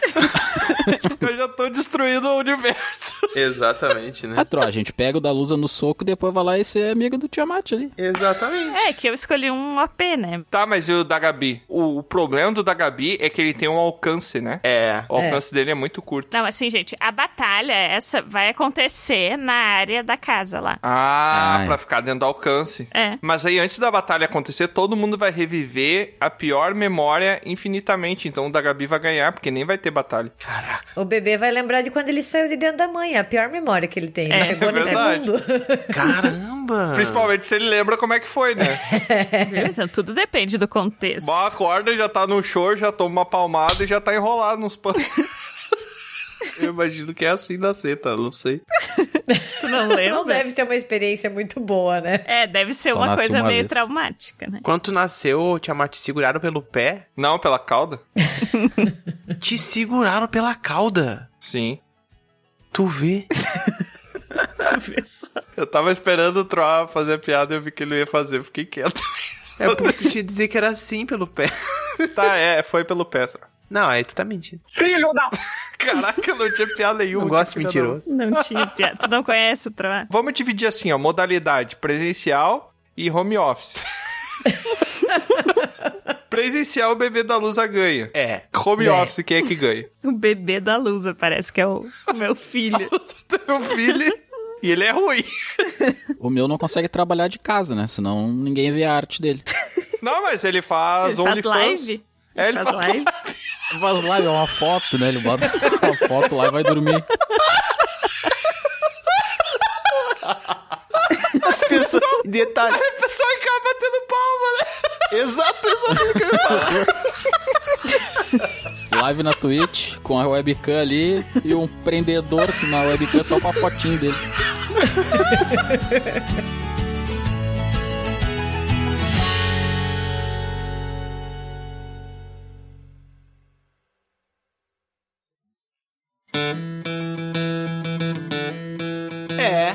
Speaker 4: eu já tô destruindo o universo.
Speaker 2: Exatamente, né?
Speaker 3: Ah, Troá, a gente pega o da Lusa no soco e depois vai lá e ser amigo do Tiamat ali.
Speaker 2: Exatamente.
Speaker 1: É, que eu escolhi um OP, né?
Speaker 4: Tá, mas e o da Gabi? O, o problema do da Gabi é que ele tem um alcance, né?
Speaker 2: É.
Speaker 4: O alcance dele é muito curto.
Speaker 1: Não, assim, gente, a batalha, essa vai acontecer na área da casa lá.
Speaker 4: Ah,
Speaker 3: Ai.
Speaker 4: pra ficar dentro do alcance.
Speaker 1: É.
Speaker 4: Mas aí, antes da batalha acontecer, todo mundo vai reviver a pior memória infinitamente. Então o da Gabi vai ganhar, porque nem vai ter batalha.
Speaker 2: Caraca.
Speaker 6: O bebê vai lembrar de quando ele saiu de dentro da mãe. É a pior memória que ele tem. Ele
Speaker 1: É,
Speaker 6: chegou
Speaker 4: é
Speaker 6: nesse
Speaker 4: verdade.
Speaker 6: mundo.
Speaker 2: Caramba.
Speaker 4: Principalmente se ele lembra como é que foi, né?
Speaker 1: Viu? Então tudo depende do contexto.
Speaker 4: Bom, acorda, já tá no choro, já toma uma palmada e já tá enrolado nos panos. Eu imagino que é assim da seta, não sei.
Speaker 1: Tu não
Speaker 6: Não
Speaker 1: lembra?
Speaker 6: deve ter uma experiência muito boa, né?
Speaker 1: É, deve ser
Speaker 3: Só
Speaker 1: uma
Speaker 3: nasce
Speaker 1: coisa
Speaker 3: uma
Speaker 1: meio
Speaker 3: vez.
Speaker 1: traumática, né?
Speaker 2: Quando tu nasceu, o Tiamat te seguraram pelo pé.
Speaker 4: Não, pela cauda?
Speaker 2: Te seguraram pela cauda.
Speaker 4: Sim.
Speaker 2: Tu vê.
Speaker 4: Eu tava esperando o Troá fazer a piada e eu vi que ele ia fazer, eu fiquei quieto.
Speaker 2: É por tu te dizer que era assim pelo pé.
Speaker 4: tá, é, foi pelo pé. Troá.
Speaker 2: Não, aí tu tá mentindo.
Speaker 4: Caraca, não tinha piada nenhuma.
Speaker 2: Não gosto de
Speaker 4: que
Speaker 2: mentiroso.
Speaker 1: Não tinha piada. Tu não conhece o Troá?
Speaker 4: Vamos dividir assim, ó, modalidade presencial e home office. presencial, o bebê da Lusa ganha.
Speaker 2: É.
Speaker 4: Home
Speaker 2: É.
Speaker 4: office, quem é que ganha?
Speaker 1: O bebê da Lusa, parece que é o, o meu filho.
Speaker 4: Lusa tem um filho e ele é ruim.
Speaker 3: O meu não consegue trabalhar de casa, né? Senão ninguém vê a arte dele.
Speaker 4: Não, mas ele faz
Speaker 1: Ele faz
Speaker 4: OnlyFans.
Speaker 1: live?
Speaker 4: É, ele faz, live.
Speaker 3: Faz live, é uma foto, né? Ele bota uma foto lá e vai dormir.
Speaker 4: As pessoas-
Speaker 2: Detalhe.
Speaker 4: A pessoa acaba batendo palma, né?
Speaker 2: Exato, exato o que eu ia falar.
Speaker 3: Live na Twitch, com a webcam ali e um prendedor que na webcam é só com a fotinho dele.
Speaker 2: É,